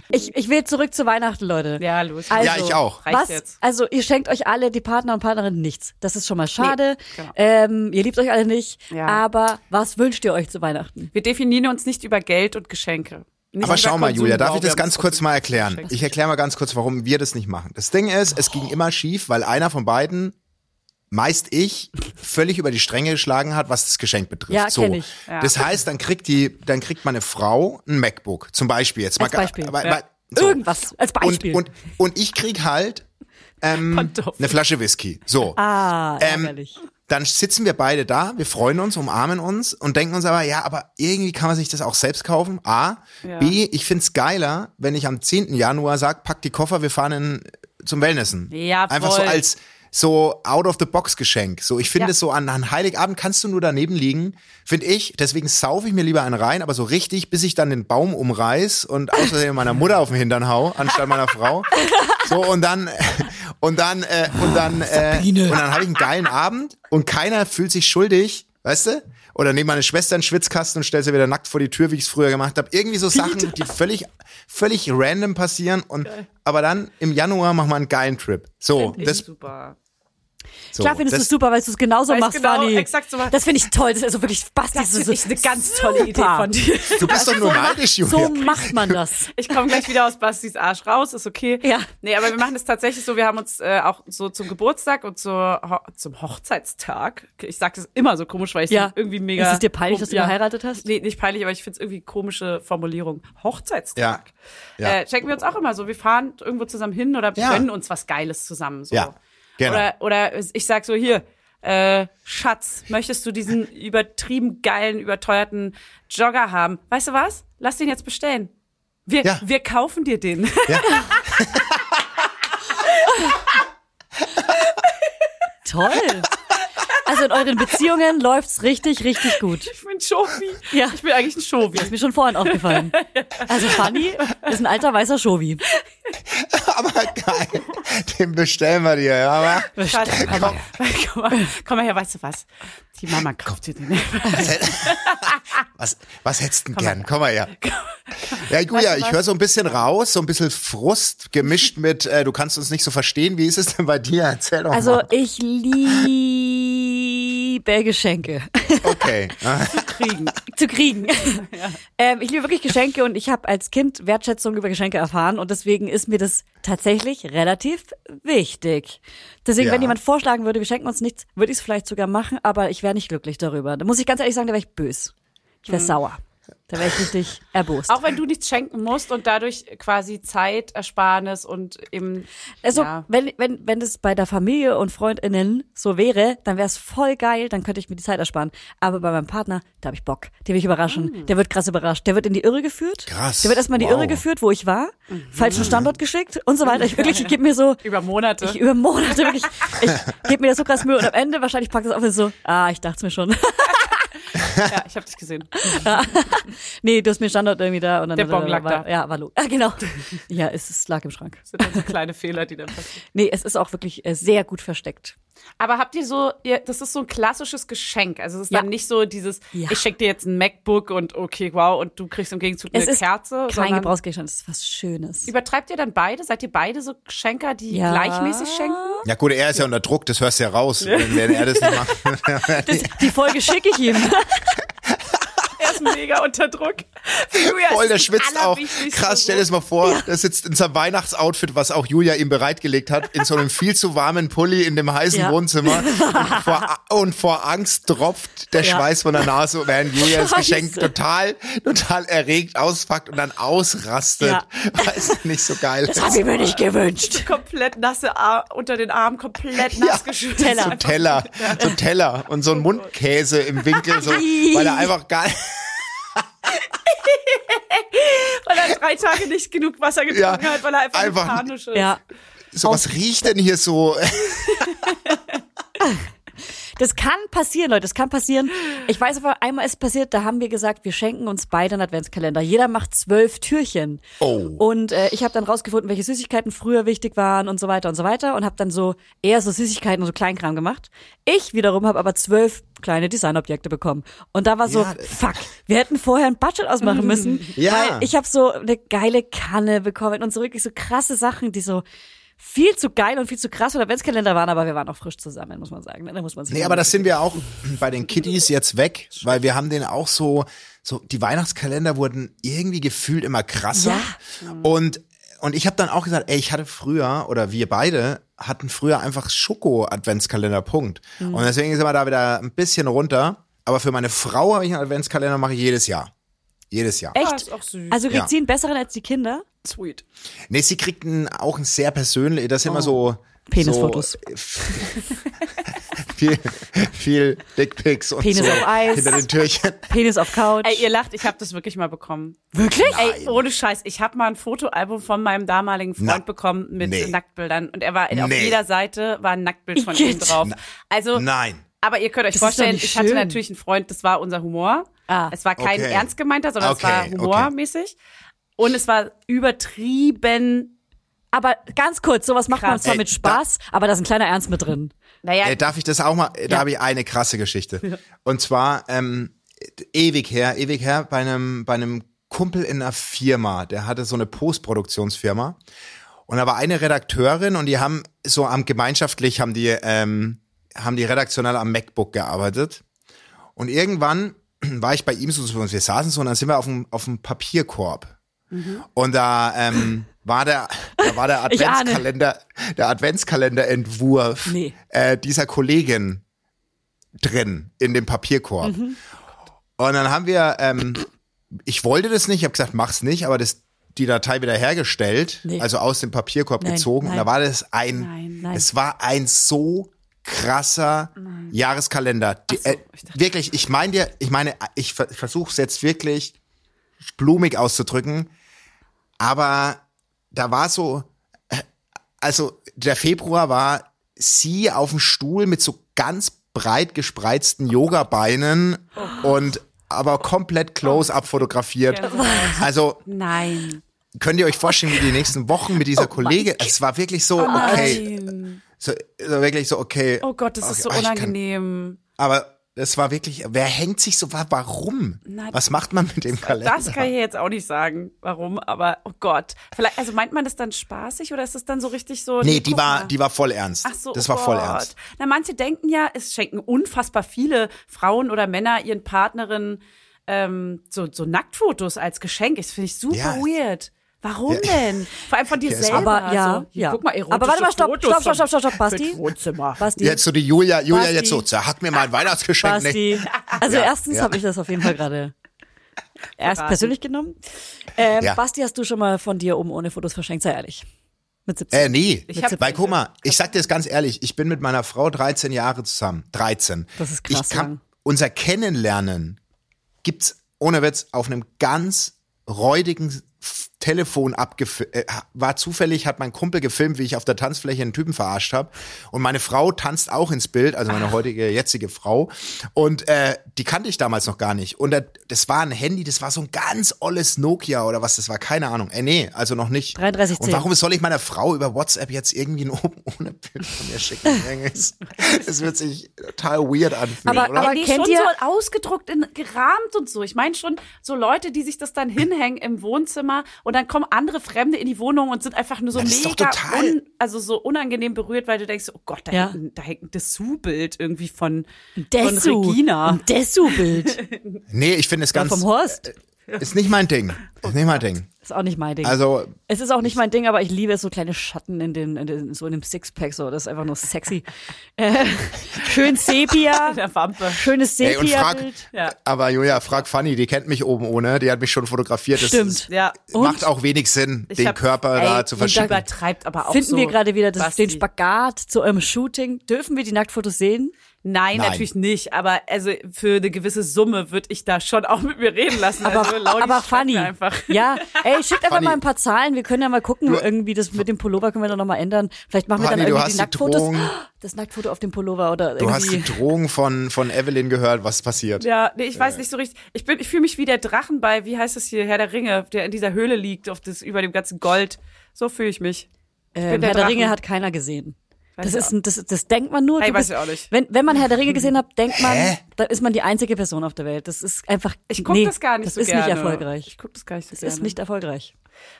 ich, ich will zurück zu Weihnachten, Leute.
Ja, los.
Also,
Ja, ich auch.
Reicht
was?
jetzt.
Also ihr schenkt euch alle, die Partner und Partnerinnen, nichts. Das ist schon mal schade.
genau.
ähm, ihr liebt euch alle nicht.
Ja.
Aber was wünscht ihr euch zu Weihnachten?
Wir definieren uns nicht über Geld und Geschenke. Nicht
Aber
über
schau mal,
Konsum,
Julia, darf
wow,
ich
wir
das
haben
ganz
uns
kurz mal erklären?
geschenkt.
Ich erkläre mal ganz kurz, warum wir das nicht machen. Das Ding ist, es
Oh.
ging immer schief, weil einer von beiden, meist ich, völlig über die Stränge geschlagen hat, was das Geschenk betrifft.
Ja,
so.
kenn ich.
Ja.
Das heißt, dann kriegt die, dann kriegt meine Frau ein MacBook, zum Beispiel jetzt.
Als
mal-
Beispiel,
aber-
ja.
aber- so.
Irgendwas als Beispiel.
Und, und, und ich krieg halt ähm,
Pantoffeln.
eine Flasche Whisky. So.
ah,
Ähm,
ärgerlich.
Dann sitzen wir beide da, wir freuen uns, umarmen uns und denken uns aber, ja, aber irgendwie kann man sich das auch selbst kaufen. A.
Ja.
B. Ich find's geiler, wenn ich am 10. Januar sag, pack die Koffer, wir fahren in, zum Wellnessen.
Ja,
Einfach so
voll.
als so out of the box Geschenk. So, ich finde
Ja.
es so an, an Heiligabend kannst du nur daneben liegen, finde ich. Deswegen saufe ich mir lieber einen rein, aber so richtig, bis ich dann den Baum umreiß und außerdem meiner Mutter auf den Hintern hau, anstatt meiner Frau. So, und dann, und dann, äh, und dann,
Ah,
äh, und dann habe ich einen geilen Abend und keiner fühlt sich schuldig, weißt du? Oder nehme meine Schwester in den Schwitzkasten und stell sie wieder nackt vor die Tür, wie ich es früher gemacht habe. Irgendwie so Sachen, die völlig, völlig random passieren und, aber dann im Januar machen wir einen geilen Trip. So,
Finde ich
das,
super.
So,
Klar findest du
das-
es super, weil du es genauso
Weil ich's
machst,
genau
Fanny.
exakt so mach-
das finde ich toll. Das ist also wirklich Basti.
Das
ist
ist eine ganz tolle Idee
super. Also
von dir.
Du bist doch nur neidisch,
So
Julia.
macht man das.
Ich komme gleich wieder aus Bastis Arsch raus, ist okay.
Ja.
Nee, aber wir machen es tatsächlich so, wir haben uns äh, auch so zum Geburtstag und zur Ho zum Hochzeitstag, ich sag das immer so komisch, weil ich
Ja.
irgendwie mega...
Ist es dir peinlich, dass du geheiratet hast?
Nee, nicht peinlich, aber ich finde es irgendwie komische Formulierung. Hochzeitstag.
Ja. Ja.
Äh, checken wir uns auch immer so, wir fahren irgendwo zusammen hin oder
Ja.
gönnen uns was Geiles zusammen. So.
Ja, genau.
Oder, oder ich sag so, hier... Äh, Schatz, möchtest du diesen übertrieben geilen, überteuerten Jogger haben? Weißt du was? Lass den jetzt bestellen. Wir,
Ja.
wir kaufen dir den.
Toll. Also in euren Beziehungen läuft's richtig, richtig gut.
Ich bin Schofi.
Ja.
Ich bin eigentlich ein Schofi.
Ist mir schon vorhin aufgefallen. Also Fanny ist ein alter weißer Schovi.
Aber geil. Den bestellen wir dir, ja. Aber
Schatz, komm, mal, komm, mal, komm mal her, weißt du was? Die Mama kauft dir den.
was, hätt- was, was hättest du denn gern?
mal.
Komm mal her. Ja, Julia, ich höre so ein bisschen raus, so ein bisschen Frust gemischt mit, äh, du kannst uns nicht so verstehen. Wie ist es denn bei dir? Erzähl doch
Also
mal.
ich liebe Geschenke
Okay.
Kriegen.
zu kriegen. Ähm, ich liebe wirklich Geschenke und ich habe als Kind Wertschätzung über Geschenke erfahren und deswegen ist mir das tatsächlich relativ wichtig. Deswegen,
Ja.
wenn jemand vorschlagen würde, wir schenken uns nichts, würde ich es vielleicht sogar machen, aber ich wäre nicht glücklich darüber. Da muss ich ganz ehrlich sagen, da wäre ich böse. Ich wäre sauer. Da wäre ich richtig erbost.
Mhm. Auch wenn du nichts schenken musst und dadurch quasi Zeitersparnis und eben.
Also,
ja.
wenn, wenn, wenn das bei der Familie und FreundInnen so wäre, dann wäre es voll geil, dann könnte ich mir die Zeit ersparen. Aber bei meinem Partner, da habe ich Bock. Den will ich
Ah.
überraschen. Der wird krass überrascht. Der wird in die Irre geführt.
Krass.
Der wird erstmal in die
Wow.
Irre geführt, wo ich war. Falschen Standort geschickt und so weiter. Ich wirklich, ich gebe mir so.
Mhm. Über Monate.
Ich über Monate wirklich. Ich gebe mir da so krass Mühe und am Ende wahrscheinlich packt das auf und so, ah, ich dachte mir schon.
Ja, ich habe dich gesehen.
nee, du hast mir Standort irgendwie da und dann.
Der Bon lag
war,
da.
Ja, war lo- Ah, genau. Ja, es ist, lag im Schrank.
Das sind dann so kleine Fehler, die dann passieren.
Nee, es ist auch wirklich äh, sehr gut versteckt.
Aber habt ihr so, ihr, das ist so ein klassisches Geschenk. Also es ist
Ja.
dann nicht so dieses,
Ja.
ich schenke dir jetzt ein MacBook und okay, wow, und du kriegst im Gegenzug
Es
eine
ist
Kerze.
kein
sondern-
Gebrauchsgegenstand, es ist was Schönes.
Übertreibt ihr dann beide? Seid ihr beide so Schenker, die
Ja.
gleichmäßig schenken?
Ja gut, er ist ja unter Druck, das hörst du ja raus, wenn, wenn er das nicht macht.
Das, die Folge schicke ich ihm.
Er ist mega unter Druck. Julia,
Voll,
es
der
ist
schwitzt
das
auch.
Allerwichtigste.
Krass, stell dir das mal vor, der sitzt in seinem Weihnachtsoutfit, was auch Julia ihm bereitgelegt hat, in so einem viel zu warmen Pulli in dem heißen
Ja.
Wohnzimmer. Und vor, und vor Angst tropft der
Ja.
Schweiß von der Nase, während Julia das
Scheiße.
Geschenk total, total erregt auspackt und dann ausrastet.
Ja.
Weiß nicht so geil.
Das habe ich mir nicht gewünscht.
Komplett nasse Ar unter den Armen, komplett nass geschüttet.
Teller.
So ein Teller, so ein Teller und
Oh
so ein Mundkäse im Winkel, so, weil er einfach gar
Weil er drei Tage nicht genug Wasser getrunken
Ja,
hat, weil er einfach,
einfach-
panisch ist.
Ja.
so was riecht denn hier so?
Das kann passieren, Leute, das kann passieren. Ich weiß aber, einmal ist passiert, da haben wir gesagt, wir schenken uns beide einen Adventskalender. Jeder macht zwölf Türchen.
Oh.
Und äh, ich habe dann rausgefunden, welche Süßigkeiten früher wichtig waren und so weiter und so weiter und habe dann so eher so Süßigkeiten und so Kleinkram gemacht. Ich wiederum habe aber zwölf kleine Designobjekte bekommen. Und da war so,
Ja.
fuck, wir hätten vorher ein Budget ausmachen müssen,
Ja.
weil ich habe so eine geile Kanne bekommen und so wirklich so krasse Sachen, die so viel zu geil und viel zu krass für Adventskalender waren, aber wir waren auch frisch zusammen, muss man sagen. ne? Da muss man sich
Nee, aber das sind wir auch bei den Kitties jetzt weg, weil wir haben den auch so, so die Weihnachtskalender wurden irgendwie gefühlt immer krasser. Und, und ich habe dann auch gesagt, ey, ich hatte früher, oder wir beide hatten früher einfach Schoko-Adventskalender, Punkt. Und deswegen sind wir da wieder ein bisschen runter. Aber für meine Frau habe ich einen Adventskalender, mache ich jedes Jahr. Jedes Jahr.
Ah, ist auch süß.
Also kriegt
Ja.
sie einen besseren als die Kinder?
Sweet.
Nee, sie kriegt einen, auch ein sehr persönlich, das sind immer so.
Oh. Penisfotos.
So, äh, viel, viel Dickpics und
Penis
so
auf Eis.
hinter den Türchen.
Penis auf Couch.
Ey, ihr lacht, ich habe das wirklich mal bekommen.
wirklich?
Ey, ohne Scheiß, ich habe mal ein Fotoalbum von meinem damaligen Freund
Na,
bekommen mit
nee.
Nacktbildern und er war auf
Nee.
jeder Seite war ein Nacktbild von
Igitt.
ihm drauf. Also
Nein.
Aber ihr könnt euch
Das ist doch
vorstellen,
nicht
ich hatte
schön.
natürlich einen Freund, das war unser Humor.
Ah.
Es war kein
Okay.
ernst gemeinter, sondern
Okay,
es war humormäßig. Und es war übertrieben,
Aber ganz kurz, sowas macht man
Krass.
zwar
Ey,
mit
da-
Spaß, aber da ist ein kleiner Ernst mit drin.
naja,
Äh, darf ich das auch mal? Da habe ich eine krasse Geschichte. Und zwar ähm, ewig her, ewig her bei einem bei einem Kumpel in einer Firma, der hatte so eine Postproduktionsfirma. Und da war eine Redakteurin und die haben so am gemeinschaftlich haben die ähm, haben die redaktionell am MacBook gearbeitet. Und irgendwann war ich bei ihm so, so, wir saßen so und dann sind wir auf dem, auf dem Papierkorb. Und da ähm, war der, da war der
Mhm. Ich ahne.
Adventskalender, der Adventskalenderentwurf
Nee.
äh, dieser Kollegin drin in dem Papierkorb.
Mhm.
Und dann haben wir, ähm, ich wollte das nicht, ich habe gesagt, mach's nicht, aber das, die Datei wieder hergestellt,
Nee.
also aus dem Papierkorb
Nein,
gezogen.
nein.
Und da war das ein,
Nein,
nein.
es war ein so krasser Jahreskalender. Die, äh, wirklich, ich meine dir, ich meine, ich ver versuche es jetzt wirklich blumig auszudrücken, aber da war so, äh, also der Februar war sie auf dem Stuhl mit so ganz breit gespreizten Yogabeinen und aber komplett close-up fotografiert.
genau.
Also
Nein.
könnt ihr euch vorstellen, wie die nächsten Wochen mit dieser Kollegin, es war wirklich so, okay,
Oh Nein.
so, so wirklich so, okay.
Oh Gott, das ist so
okay, ich kann-
unangenehm.
aber es war wirklich, wer hängt sich so, wa- warum?
Na,
Was macht man mit dem Kalender?
Das kann ich jetzt auch nicht sagen, warum, aber oh Gott. Vielleicht, also meint man das dann spaßig oder ist das dann so richtig so?
nee, die
guck
war,
mal.
die war voll ernst.
Ach so,
das
oh
war voll
Gott.
ernst.
Na, manche denken ja, es schenken unfassbar viele Frauen oder Männer ihren Partnerinnen ähm, so, so Nacktfotos als Geschenk. Das finde ich super
Ja.
weird. Warum
Ja.
denn? Vor allem von dir
Ja, es-
selber.
Aber ja,
so. also, Hier,
ja.
Guck mal, erotische
Aber warte mal, stopp,
Fotos
stopp, stopp,
vom-
stopp, stopp, stopp, Basti.
mit Wohnzimmer.
Basti,
Jetzt so die Julia, Julia
Basti.
jetzt so, sag mir mal ein Weihnachtsgeschenk. ne? Nee.
Basti. Also
Ja,
erstens
ja.
habe ich das auf jeden Fall gerade erst persönlich genommen. Ähm,
Ja.
Basti, hast du schon mal von dir oben ohne Fotos verschenkt? Sei ehrlich. Mit 17.
Äh, nee.
Ich hab-
Weil guck mal, ich sag dir das ganz ehrlich, ich bin mit meiner Frau 13 Jahre zusammen. 13.
Das ist
Ich
krass
kann,
lang.
Unser Kennenlernen gibt's ohne Witz auf einem ganz räudigen F- Telefon abgefilmt. Äh, war zufällig, hat mein Kumpel gefilmt, wie ich auf der Tanzfläche einen Typen verarscht habe. Und meine Frau tanzt auch ins Bild, also meine heutige, jetzige Frau. Und äh, die kannte ich damals noch gar nicht. Und da, das war ein Handy, das war so ein ganz olles Nokia oder was, das war keine Ahnung. Äh, nee, also noch nicht.
3310.
Und warum soll ich meiner Frau über WhatsApp jetzt irgendwie ein oben ohne Bild von mir schicken? Irgendwas- das wird sich total weird anfühlen,
Aber-
oder?
aber-
Nee,
Kennt
schon
ihr-
so ausgedruckt in gerahmt und so. Ich meine schon so Leute, die sich das dann hinhängen im Wohnzimmer und dann kommen andere Fremde in die Wohnung und sind einfach nur so
Das ist doch
mega
total-
un, also so unangenehm berührt, weil du denkst, oh Gott, da
Ja.
hängt ein, da hängt ein Dessous-Bild irgendwie von, von
Dessu.
Regina.
Ein Dessu-Bild.
nee, ich finde es ganz.
vom Horst.
Ist nicht mein Ding.
Oh
Ist nicht mein Ding.
Ist auch nicht mein Ding.
Also,
es ist auch nicht mein Ding, aber ich liebe es, so kleine Schatten in den, in den so in dem Sixpack, so. Das ist einfach nur sexy. äh, schön Sepia.
Der Wampe.
Schönes
ey, und frag.
Sepia-Bild.
Ja.
Aber Julia, frag Fanny, die kennt mich oben ohne. Die hat mich schon fotografiert. Das
Stimmt.
Ist,
Ja.
Macht auch wenig Sinn, den
hab-
Körper
ey,
da zu
ihr
verstecken.
Übertreibt aber auch
Finden
so,
wir gerade wieder das,
Basti.
den Spagat zu eurem Shooting? Dürfen wir die Nacktfotos sehen?
Nein,
Nein.
natürlich nicht. Aber also für eine gewisse Summe würde ich da schon auch mit mir reden lassen. also, Laudi,
aber
schreib
funny.
mir Einfach.
Ja, ey, schickt einfach
Funny.
mal ein paar Zahlen. Wir können ja mal gucken,
Du-
irgendwie das mit dem Pullover können wir dann nochmal ändern. Vielleicht machen wir dann
Funny, du
irgendwie
hast
die
die
Nacktfotos.
Drohung.
das Nacktfoto auf dem Pullover oder
Du hast die
irgendwie.
Drohung von, von Evelyn gehört, was passiert.
Ja, nee, ich weiß nicht so richtig. Ich bin, ich fühle mich wie der Drachen bei, wie heißt es hier, Herr der Ringe, der in dieser Höhle liegt, auf das, über dem ganzen Gold. So fühle ich mich.
Ähm,
bin der
Herr der Ringe
Drachen.
hat keiner gesehen. Das,
Weiß ich
ist, ein- das, das denkt man nur.
Ey,
du
weiß ich auch nicht.
Wenn, wenn man Herr der Ringe gesehen hat, denkt man,
Hä?
da ist man die einzige Person auf der Welt. Das ist einfach.
Ich gucke
nee,
das gar nicht
Das
so
ist
gerne.
nicht erfolgreich.
Ich gucke das gar nicht so
das
gerne.
ist nicht erfolgreich.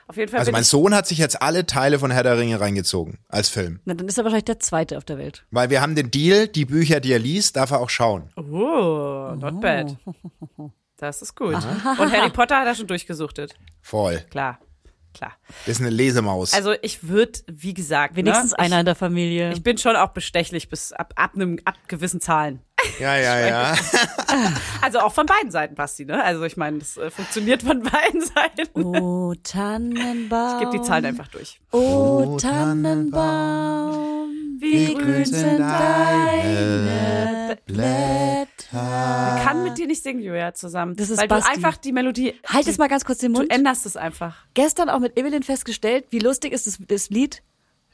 Auf jeden Fall
Also
bin
mein
ich,
Sohn hat sich jetzt alle Teile von Herr der Ringe reingezogen als Film.
Na, dann ist er wahrscheinlich der Zweite auf der Welt.
Weil wir haben den Deal, die Bücher, die er liest, darf er auch schauen.
oh, not bad. Das ist gut. Und Harry Potter hat er schon durchgesuchtet.
Voll.
Klar, klar.
Das ist eine Lesemaus.
Also ich würde, wie gesagt,
Wenigstens
ne,
einer in der Familie.
Ich, ich bin schon auch bestechlich bis ab, ab, einem, ab gewissen Zahlen.
ja, ja, ja.
Also auch von beiden Seiten, Basti, ne? Also ich meine, das äh, funktioniert von beiden Seiten.
oh, Tannenbaum.
Ich gebe die Zahlen einfach durch.
Oh, Tannenbaum, wie grün sind deine Blätter.
Kann mit dir nicht singen, Julia, zusammen.
Äh. Das ist
weil
Basti.
du einfach die Melodie.
Halt
die,
jetzt mal ganz kurz den
Du
Mund.
änderst es einfach.
Gestern auch mit Evelyn festgestellt, wie lustig ist das, das Lied?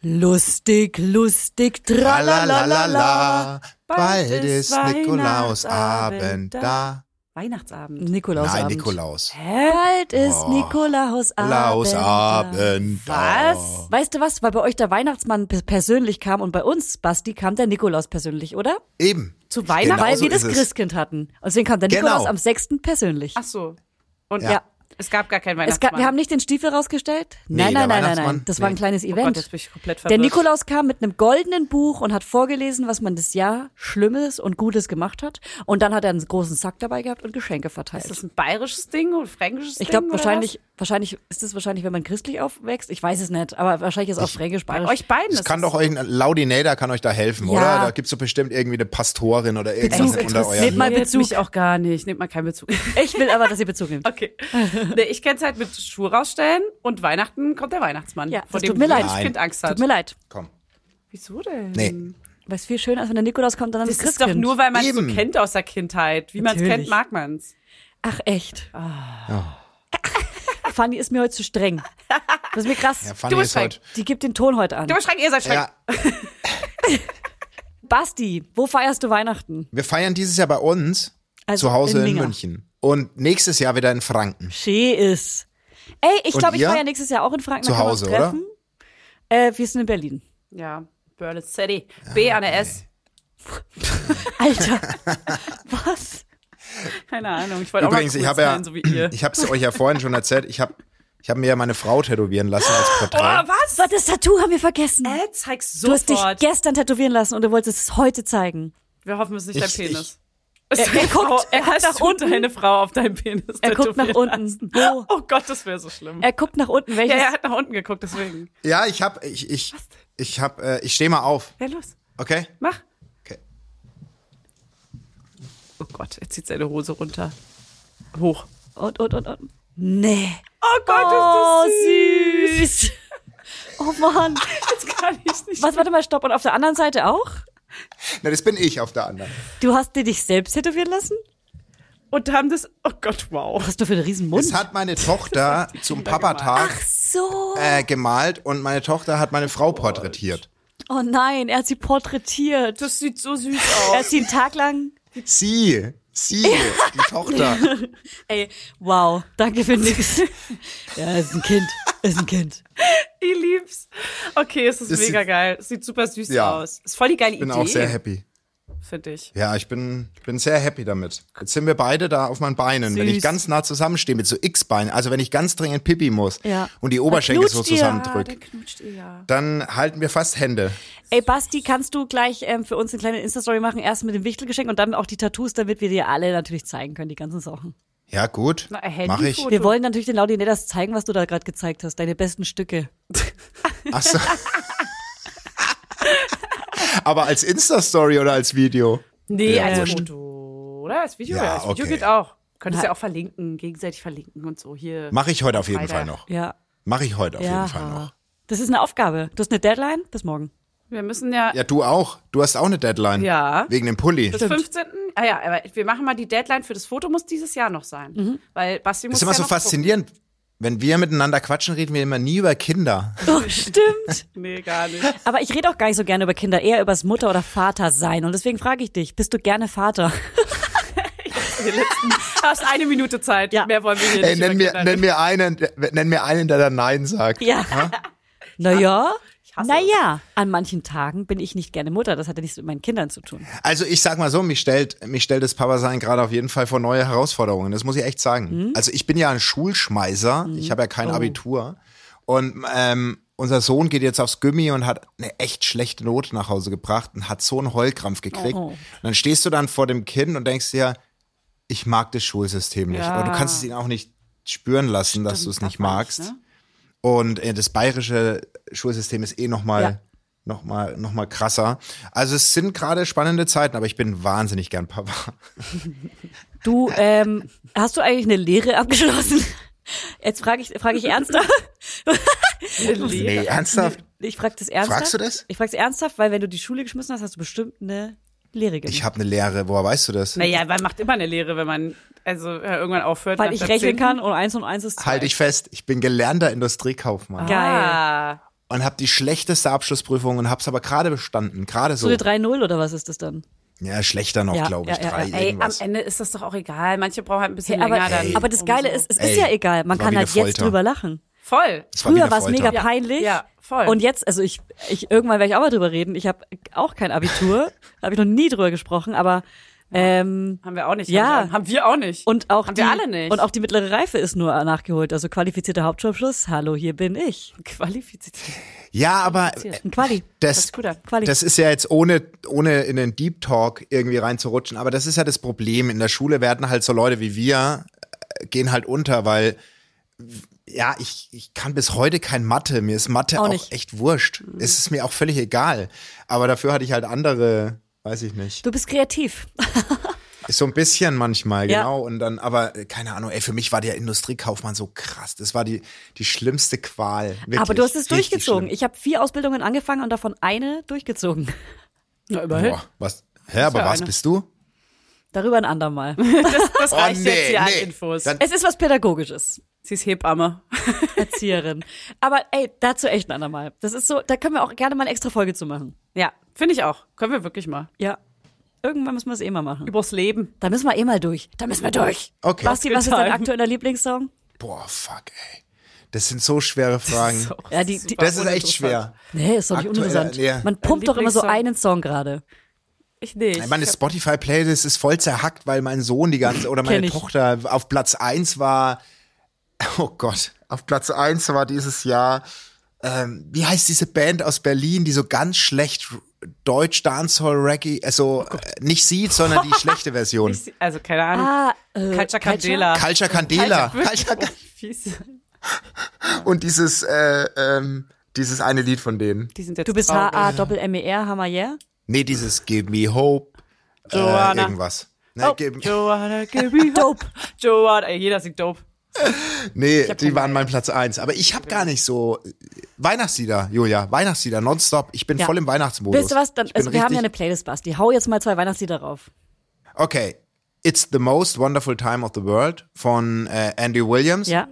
Lustig, lustig, tralalala.
Lalalala, bald ist Nikolausabend da.
Weihnachtsabend.
Nikolausabend.
Nein, Nikolaus. Oh.
Bald ist Nikolausabend.
Nikolausabend da.
Was?
Weißt du was, weil bei euch der Weihnachtsmann pe- persönlich kam und bei uns, Basti, kam der Nikolaus persönlich, oder?
Eben.
Zu Weihnachten?
Genau
Weil
so
wir das
ist es.
Christkind hatten. Und deswegen kam der
Genau.
Nikolaus am 6. persönlich.
Ach so. Und
Ja.
ja. Es gab gar keinen
Es gab,
Weihnachtsmann.
wir haben nicht den Stiefel rausgestellt.
Nee, der
Nein, nein, nein, nein, nein.
Weihnachtsmann?
Das war ein
Nee.
kleines
oh Gott,
Event.
jetzt bin ich komplett verwirrt.
Der Nikolaus kam mit einem goldenen Buch und hat vorgelesen, was man das Jahr Schlimmes und Gutes gemacht hat. Und dann hat er einen großen Sack dabei gehabt und Geschenke verteilt.
Ist das ein bayerisches Ding oder fränkisches
ich
Ding?
glaube,
oder
wahrscheinlich, wahrscheinlich ist es wahrscheinlich, wenn man christlich aufwächst. Ich weiß es nicht, aber wahrscheinlich ist auch fränkisch
was?
bayerisch.
Euch beiden.
Das kann doch irgendein Laudinator kann euch da helfen,
Ja.
oder? Da gibt's doch bestimmt irgendwie eine Pastorin oder irgendwas
Bezug.
unter
Nehmt
euren.
mal
mal
Bezug.
Bezug. Mich auch gar nicht. Nehmt mal keinen Bezug.
Ich will aber, dass ihr Bezug nehmt.
Okay. Nee, ich kenn's halt mit Schuhe rausstellen und Weihnachten kommt der Weihnachtsmann.
Ja,
vor
das tut
dem
mir leid.
jedes Kind Angst hat.
Tut mir leid.
Komm.
Wieso denn?
Nee.
Weil es viel schöner ist, wenn der Nikolaus kommt und dann
Das
das
ist doch nur, weil man es so
Eben.
kennt aus der Kindheit. Wie man es
Natürlich.
kennt, mag man's.
Ach echt. Ah. Fanny ist mir heute zu streng. Das ist mir krass.
Ja, Fanny
Du bist
ist heute.
Die gibt den Ton heute an.
Du bist schreck, ihr seid schreck.
Ja,
Basti, wo feierst du Weihnachten?
wir feiern dieses Jahr bei uns
Also
zu Hause
in
in,
Minga.
München. Und nächstes Jahr wieder in Franken.
Schee ist. Ey, ich
Und
glaube, ich
ihr?
feiere nächstes Jahr auch in Franken.
Zu
da können wir uns
Hause, oder?
treffen. Äh, wir sind in Berlin.
Ja, Berlin City.
Ah,
B an der S.
Alter. Was?
Keine Ahnung. Ich wollte
Übrigens,
auch mal cool
ich habe
sein,
ja,
so wie ihr.
ich habe es euch ja vorhin schon erzählt, ich habe ich hab mir ja meine Frau tätowieren lassen als Porträt.
was?
Was, das Tattoo haben wir vergessen.
Äh, zeig's
du hast
sofort.
dich gestern tätowieren lassen und du wolltest es heute zeigen.
Wir hoffen, es ist
Ich-
nicht dein Penis.
er guckt- er guckt
hast
nach
du
unten.
deine Frau auf deinen Penis.
Er guckt nach
tätowiert
unten.
lassen.
Wo?
Oh Gott, das wäre so schlimm.
Er guckt nach unten,
ja,
welches.
er hat nach unten geguckt, deswegen.
ja, ich habe ich ich ich habe äh, ich stehe mal auf,
Ja, los.
okay?
Mach.
Okay.
Oh Gott, er zieht seine Hose runter. Hoch.
Und, und, und, und. Nee.
Oh Gott,
Oh,
ist
süß. Oh Mann.
das süß. Kann ich nicht.
Was, warte mal, stopp. Und auf der anderen Seite auch?
Na, das bin ich auf der anderen.
Du hast dir dich selbst tätowieren lassen?
Und haben das. Oh Gott, wow.
Was hast du für einen riesen
Das
Mund?
hat meine Tochter zum Papatag
so.
äh, gemalt und meine Tochter hat meine Frau porträtiert.
Oh nein, er hat sie porträtiert.
Das sieht so süß
Er hat sie einen Tag lang.
Sie, sie, die Tochter.
Ey, wow, danke für nix. ja, er ist ein Kind. Er ist ein Kind.
ich lieb's. Okay, es ist
Das
mega
sieht-
geil. Es Sieht super süß
Ja.
aus. Ist voll die geile
bin
Idee.
auch sehr happy.
Für dich.
Ja, ich bin, bin sehr happy damit. Jetzt sind wir beide da auf meinen Beinen. Wenn
Süß.
ich ganz nah zusammenstehe mit so X-Beinen, also wenn ich ganz dringend Pipi muss
Ja.
und die Oberschenkel so
knutscht ihr.
Ah,
zusammendrücke,
der knutscht ihr ja.
dann halten wir fast Hände.
Ey, Basti, kannst du gleich ähm, für uns eine kleine Insta-Story machen? Erst mit dem Wichtelgeschenk und dann auch die Tattoos, damit wir dir alle natürlich zeigen können, die ganzen Sachen.
Ja, gut.
Na, ein
Mach ich.
Handyfoto.
Wir wollen natürlich den Laudinators zeigen, was du da gerade gezeigt hast, deine besten Stücke.
Ach so. Aber als Insta-Story oder als Video?
Nee,
Ja,
als
Ähm,
wurscht.
Foto. Oder? Als Video.
Ja,
Ja, als Video
okay.
geht auch. Könntest ja auch verlinken, gegenseitig verlinken und so. Hier.
Mache ich heute auf jeden
Freitag.
Fall noch.
Ja.
Mache ich heute auf
ja.
jeden Fall noch.
Das ist eine Aufgabe. Du hast eine Deadline bis morgen.
Wir müssen ja.
Ja, du auch. Du hast auch eine Deadline.
Ja.
Wegen dem Pulli.
Bis 15. Ah ja, aber wir machen mal die Deadline für das Foto muss dieses Jahr noch sein, weil Basti muss
ist immer
ja
so
noch
faszinierend. Wenn wir miteinander quatschen, reden wir immer nie über Kinder.
Oh, stimmt.
Gucken. Nee, gar nicht.
Aber ich rede auch gar nicht so gerne über Kinder, eher übers Mutter- oder Vatersein. Und deswegen frage ich dich, bist du gerne Vater?
Die letzten, hast eine Minute Zeit.
Ja.
Mehr wollen wir hier
Ey,
nicht.
Äh, nenn
über
mir,
Kinder
nenn
reden.
mir einen, nenn mir einen, der da Nein sagt.
Ja. Naja.
Ah, hasse
Naja, an manchen Tagen bin ich nicht gerne Mutter. Das hat ja nichts mit meinen Kindern zu tun.
Also ich sag mal so, mich stellt, mich stellt das Papa-Sein gerade auf jeden Fall vor neue Herausforderungen. Das muss ich echt sagen.
Mhm.
Also ich bin ja ein Schulschmeißer. Ich habe ja kein
Oh.
Abitur. Und ähm, unser Sohn geht jetzt aufs Gummi und hat eine echt schlechte Note nach Hause gebracht und hat so einen Heulkrampf gekriegt.
Oh.
Und dann stehst du dann vor dem Kind und denkst dir, ich mag das Schulsystem nicht.
Ja.
Aber du kannst es ihn auch nicht spüren lassen, dass du es nicht
darf man
magst.
nicht, ne?
Und äh, das bayerische Schulsystem ist eh nochmal
Ja.
mal noch mal, noch mal krasser. Also es sind gerade spannende Zeiten, aber ich bin wahnsinnig gern Papa.
Du, ähm, hast du eigentlich eine Lehre abgeschlossen? Jetzt frage ich, frage ich ernsthaft.
Nee, ernsthaft?
Ich frage das ernsthaft.
Fragst du das?
Ich frage es ernsthaft, weil wenn du die Schule geschmissen hast, hast du bestimmt eine Lehre gemacht.
Ich habe eine Lehre, woher weißt du das?
Naja, man macht immer eine Lehre, wenn man also ja, irgendwann aufhört.
weil
nach
ich
der
rechnen
10..
kann und eins und eins ist zwei.
Halte ich Halt fest, ich bin gelernter Industriekaufmann
Geil.
Ah,
und habe die schlechteste Abschlussprüfung und hab's aber gerade bestanden, gerade
So
so.
eine 3-0 oder was ist das dann?
Ja, schlechter noch,
Ja,
glaube ich,
ja, ja,
drei
ja.
ey,
irgendwas.
am Ende ist das doch auch egal. Manche brauchen halt ein bisschen
aber,
länger dann.
aber das Geile ist, es ist
Ey,
ja egal.
das
Man
war
kann
wie
halt
eine
jetzt
Folter.
drüber lachen.
voll.
Es war wie
Früher
eine
war es
Folter.
mega peinlich.
Ja, voll.
Und jetzt, also ich, ich irgendwann werde ich auch mal drüber reden. Ich habe auch kein Abitur, da habe ich noch nie drüber gesprochen, aber Ähm,
Haben wir auch nicht.
Ja.
Haben wir- Haben wir auch nicht.
und auch
Haben
die,
wir alle nicht.
Und auch die mittlere Reife ist nur nachgeholt. Also qualifizierter Hauptschulabschluss. Hallo, hier bin ich.
qualifiziert.
Ja, aber äh,
Ein Quali.
Das
das,
ist gut an.
Quali.
Das ist ja jetzt ohne, ohne in den Deep Talk irgendwie reinzurutschen, aber das ist ja das Problem. In der Schule werden halt so Leute wie wir, äh, gehen halt unter, weil, ja, ich, ich kann bis heute kein Mathe. Mir ist Mathe
Auch
auch,
nicht. Mhm.
echt wurscht. Es ist mir auch völlig egal. Aber dafür hatte ich halt andere, weiß ich nicht.
Du bist kreativ.
So ein bisschen manchmal,
Ja.
genau. Und dann, aber äh, keine Ahnung, ey, für mich war der Industriekaufmann so krass. Das war die, die schlimmste Qual. Wirklich,
Aber du hast es
Richtig
durchgezogen.
schlimm.
Ich habe vier Ausbildungen angefangen und davon eine durchgezogen.
Na, immerhin.
Boah, was? Hä, aber
war
was
eine.
bist du?
Darüber ein andermal.
Das reicht
Oh, nee,
jetzt hier an
nee.
Infos.
Dann-
es ist was Pädagogisches.
Sie ist Hebamme.
Erzieherin. Aber ey, dazu echt ein andermal. Das ist so, da können wir auch gerne mal eine extra Folge zu machen.
Ja, finde ich auch. Können wir wirklich mal.
Ja. Irgendwann müssen wir es eh mal machen.
Übers Leben.
Da müssen wir eh mal durch. Da müssen wir durch.
Okay.
Basti, was ist dein
Aufgeteilt.
aktueller Lieblingssong?
Boah, fuck, ey. Das sind so schwere Fragen. Das ist,
Ja, die, die,
Super
echt schwer.
nee, ist doch nicht
Aktueller,
uninteressant.
ja.
Man pumpt doch immer so
Lieblingssong.
einen Song gerade.
Ich nicht.
Meine Spotify-Playlist ist voll zerhackt, weil mein Sohn die ganze oder
Kenn
meine
ich.
Tochter auf Platz 1 war. Oh Gott, auf Platz 1 war dieses Jahr. Ähm, wie heißt diese Band aus Berlin, die so ganz schlecht Deutsch Dancehall Reggae, also äh, nicht sie, sondern die schlechte Version.
Oh Ich- also keine Ahnung.
Ah, äh,
Culture
Culture?
Candela.
Culture Candela. Culture
Culture.
Candela.
Fies.
Und dieses, äh, ähm, dieses eine Lied von denen.
Die sind jetzt
Du bist
traurig.
H-A-Doppel-M-E-R, E Hammer, yeah?
Nee, dieses Give Me Hope. Äh,
Joanna.
irgendwas. Ne,
Oh,
gib-
Joanna, give me dope. Joanna, ey, jeder singt dope.
Nee, die waren mein Platz eins. Aber ich habe gar nicht so Weihnachtslieder, Julia, Weihnachtslieder, nonstop. Ich bin
Ja.
voll im Weihnachtsmodus.
Weißt du was? Dann,
Ich bin
also wir haben ja eine
richtig-
Playlist, Basti. Hau jetzt mal zwei Weihnachtslieder drauf.
Okay, It's the Most Wonderful Time of the World von äh, Andy Williams.
Ja.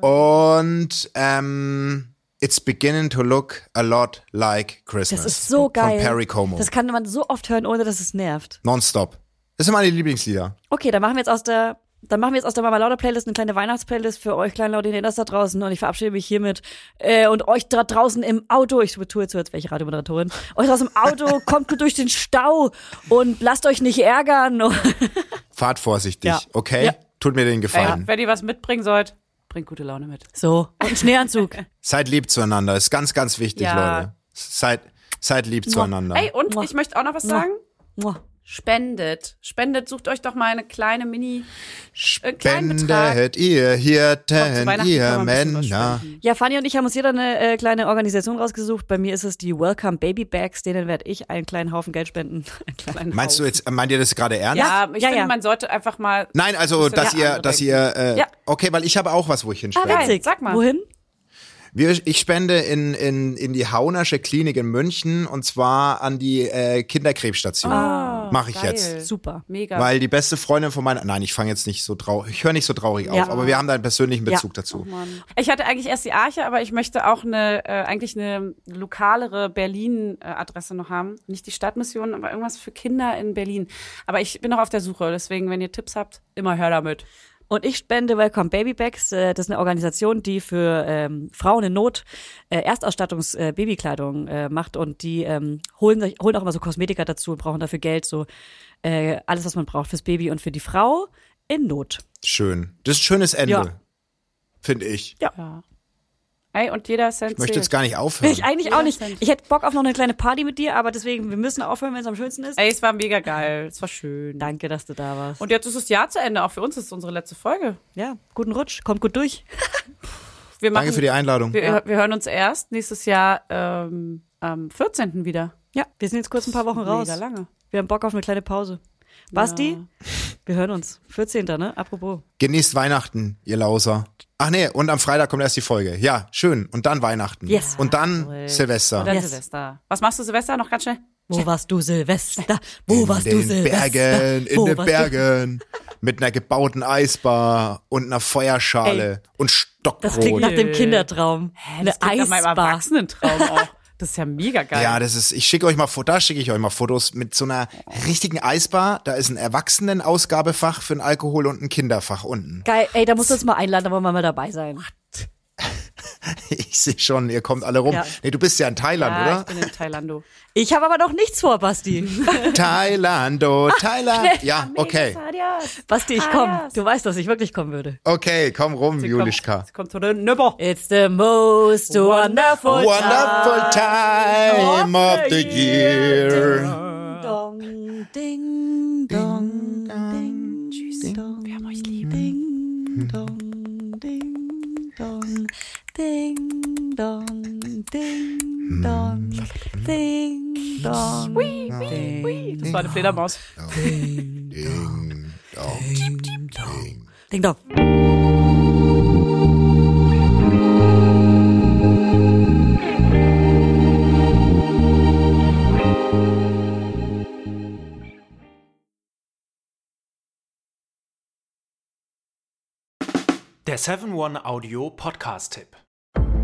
Und ähm, It's Beginning to Look a Lot Like Christmas.
Das ist so
Von
geil.
Perry Como.
Das kann man so oft hören, ohne dass es nervt.
nonstop. Das sind meine Lieblingslieder.
Okay, dann machen wir jetzt aus der, dann machen wir jetzt aus der Mama Lauder Playlist eine kleine Weihnachtsplaylist für euch kleinen Laudinators da draußen und ich verabschiede mich hiermit äh, und euch da draußen im Auto, ich tue jetzt so, als wäre ich Radiomoderatorin, euch aus dem Auto, kommt gut durch den Stau und lasst euch nicht ärgern.
Fahrt vorsichtig,
Ja.
okay?
Ja.
Tut mir den
Ey,
Gefallen.
wenn ihr was mitbringen sollt, bringt gute Laune mit.
So, und einen Schneeanzug.
Seid lieb zueinander. Ist ganz, ganz wichtig,
Ja.
Leute. Seid, seid lieb zueinander.
Ey, und ich möchte auch noch was sagen.
Mua.
Spendet. Spendet, sucht euch doch mal eine kleine Mini. äh, kleinen Betrag.
Spendet ihr
Zu
Hirten,
Weihnachten
ihr
kann man ein bisschen was
Männer.
spenden.
Ja, Fanny und ich haben uns jeder eine äh, kleine Organisation rausgesucht. Bei mir ist es die Welcome Baby Bags, denen werde ich einen kleinen Haufen Geld spenden. Einen kleinen
Meinst du jetzt, äh, meint ihr das gerade ernst?
Ja,
Ja,
ich
ja,
finde,
ja.
man sollte einfach mal.
Nein, also,
Bisschen
dass
an
ihr,
andere
dass
denken.
ihr, äh,
Ja. Ah,
okay, weil ich habe auch was, wo ich hinspende.
Haufen. Witzig.
Sag mal.
Wohin?
Wir, ich spende in, in, in die Haunersche Klinik in München und zwar an die äh, Kinderkrebsstation. Mache ich
Ah, geil.
jetzt.
Super.
Mega.
Weil die beste Freundin von meiner, nein, ich fange jetzt nicht so traurig, ich höre nicht so traurig auf,
Ja.
aber wir haben da einen persönlichen
Ja.
Bezug dazu.
Ich hatte eigentlich erst die Arche, aber ich möchte auch eine äh, eigentlich eine lokalere Berlin-Adresse noch haben. Nicht die Stadtmission, aber irgendwas für Kinder in Berlin. Aber ich bin noch auf der Suche, deswegen, wenn ihr Tipps habt, immer hör damit.
Und ich spende Welcome Baby Bags. äh, Das ist eine Organisation, die für ähm, Frauen in Not äh, Erstausstattungs äh, Babykleidung äh, macht und die ähm, holen, sich- holen auch immer so Kosmetika dazu und brauchen dafür Geld, so äh, alles, was man braucht fürs Baby und für die Frau in Not.
Schön. Das ist ein schönes Ende.
Ja.
Finde ich.
Ey, und jeder Cent
Ich möchte jetzt
zählt.
gar nicht aufhören.
Will ich eigentlich auch nicht. Ich hätte Bock auf noch eine kleine Party mit dir, aber deswegen, wir müssen aufhören, wenn es am schönsten ist.
Ey, es war mega geil. Es war schön.
Danke, dass du da warst.
Und jetzt ist das Jahr zu Ende. Auch für uns ist es unsere letzte Folge.
ja, guten Rutsch, kommt gut durch.
Wir machen,
Danke für die Einladung.
wir, wir hören uns erst nächstes Jahr ähm, am 14. wieder.
Ja, wir sind jetzt kurz ein paar Wochen raus.
Mega lange.
Wir haben Bock auf eine kleine Pause. Basti, wir hören uns. 14. ne? Apropos.
Genießt Weihnachten, ihr Lauser. Ach nee, und am Freitag kommt erst die Folge. Ja, schön. Und dann Weihnachten.
Yes.
Und dann Silvester.
Und dann
Yes.
Silvester. Was machst du Silvester noch ganz schnell?
Wo warst du Silvester? Wo warst
in
du
den
Silvester?
Bergen, in
Wo
den
warst du-
Bergen. Mit einer gebauten Eisbar und einer Feuerschale und
Das klingt nach
Stockbrot.
dem Kindertraum.
Das
Eine
klingt nach meinem
Eisbar.
Erwachsenentraum auch. Das ist ja mega geil.
Ja, das ist, ich schicke euch mal, Fo- da schicke ich euch mal Fotos mit so einer richtigen Eisbar. Da ist ein Erwachsenenausgabefach für den Alkohol und ein Kinderfach unten.
Geil, ey, da musst du uns mal einladen, da wollen wir mal dabei sein.
Ich sehe schon, ihr kommt alle rum.
Ja.
Nee, du bist ja in Thailand,
ja,
oder?
ich bin in Thailando.
Ich habe aber noch nichts vor, Basti.
Thailando, Thailand. Ja, okay.
Basti, ich komm. Du weißt, dass ich wirklich kommen würde.
Okay, komm rum,
Sie
Julischka.
Kommt, sie kommt zu den Nöpper.
It's the most wonderful,
Wonderful time of the year.
Dong, ding, dong, ding, tschüss, dong, wir haben euch lieb. Ding, dong, ding, dong, ding, dong, ding, dong, ding, dong.
Das war eine Fledermaus.
Ding, dong, ding.
Ding, dong.
Der 7-One-Audio-Podcast-Tipp.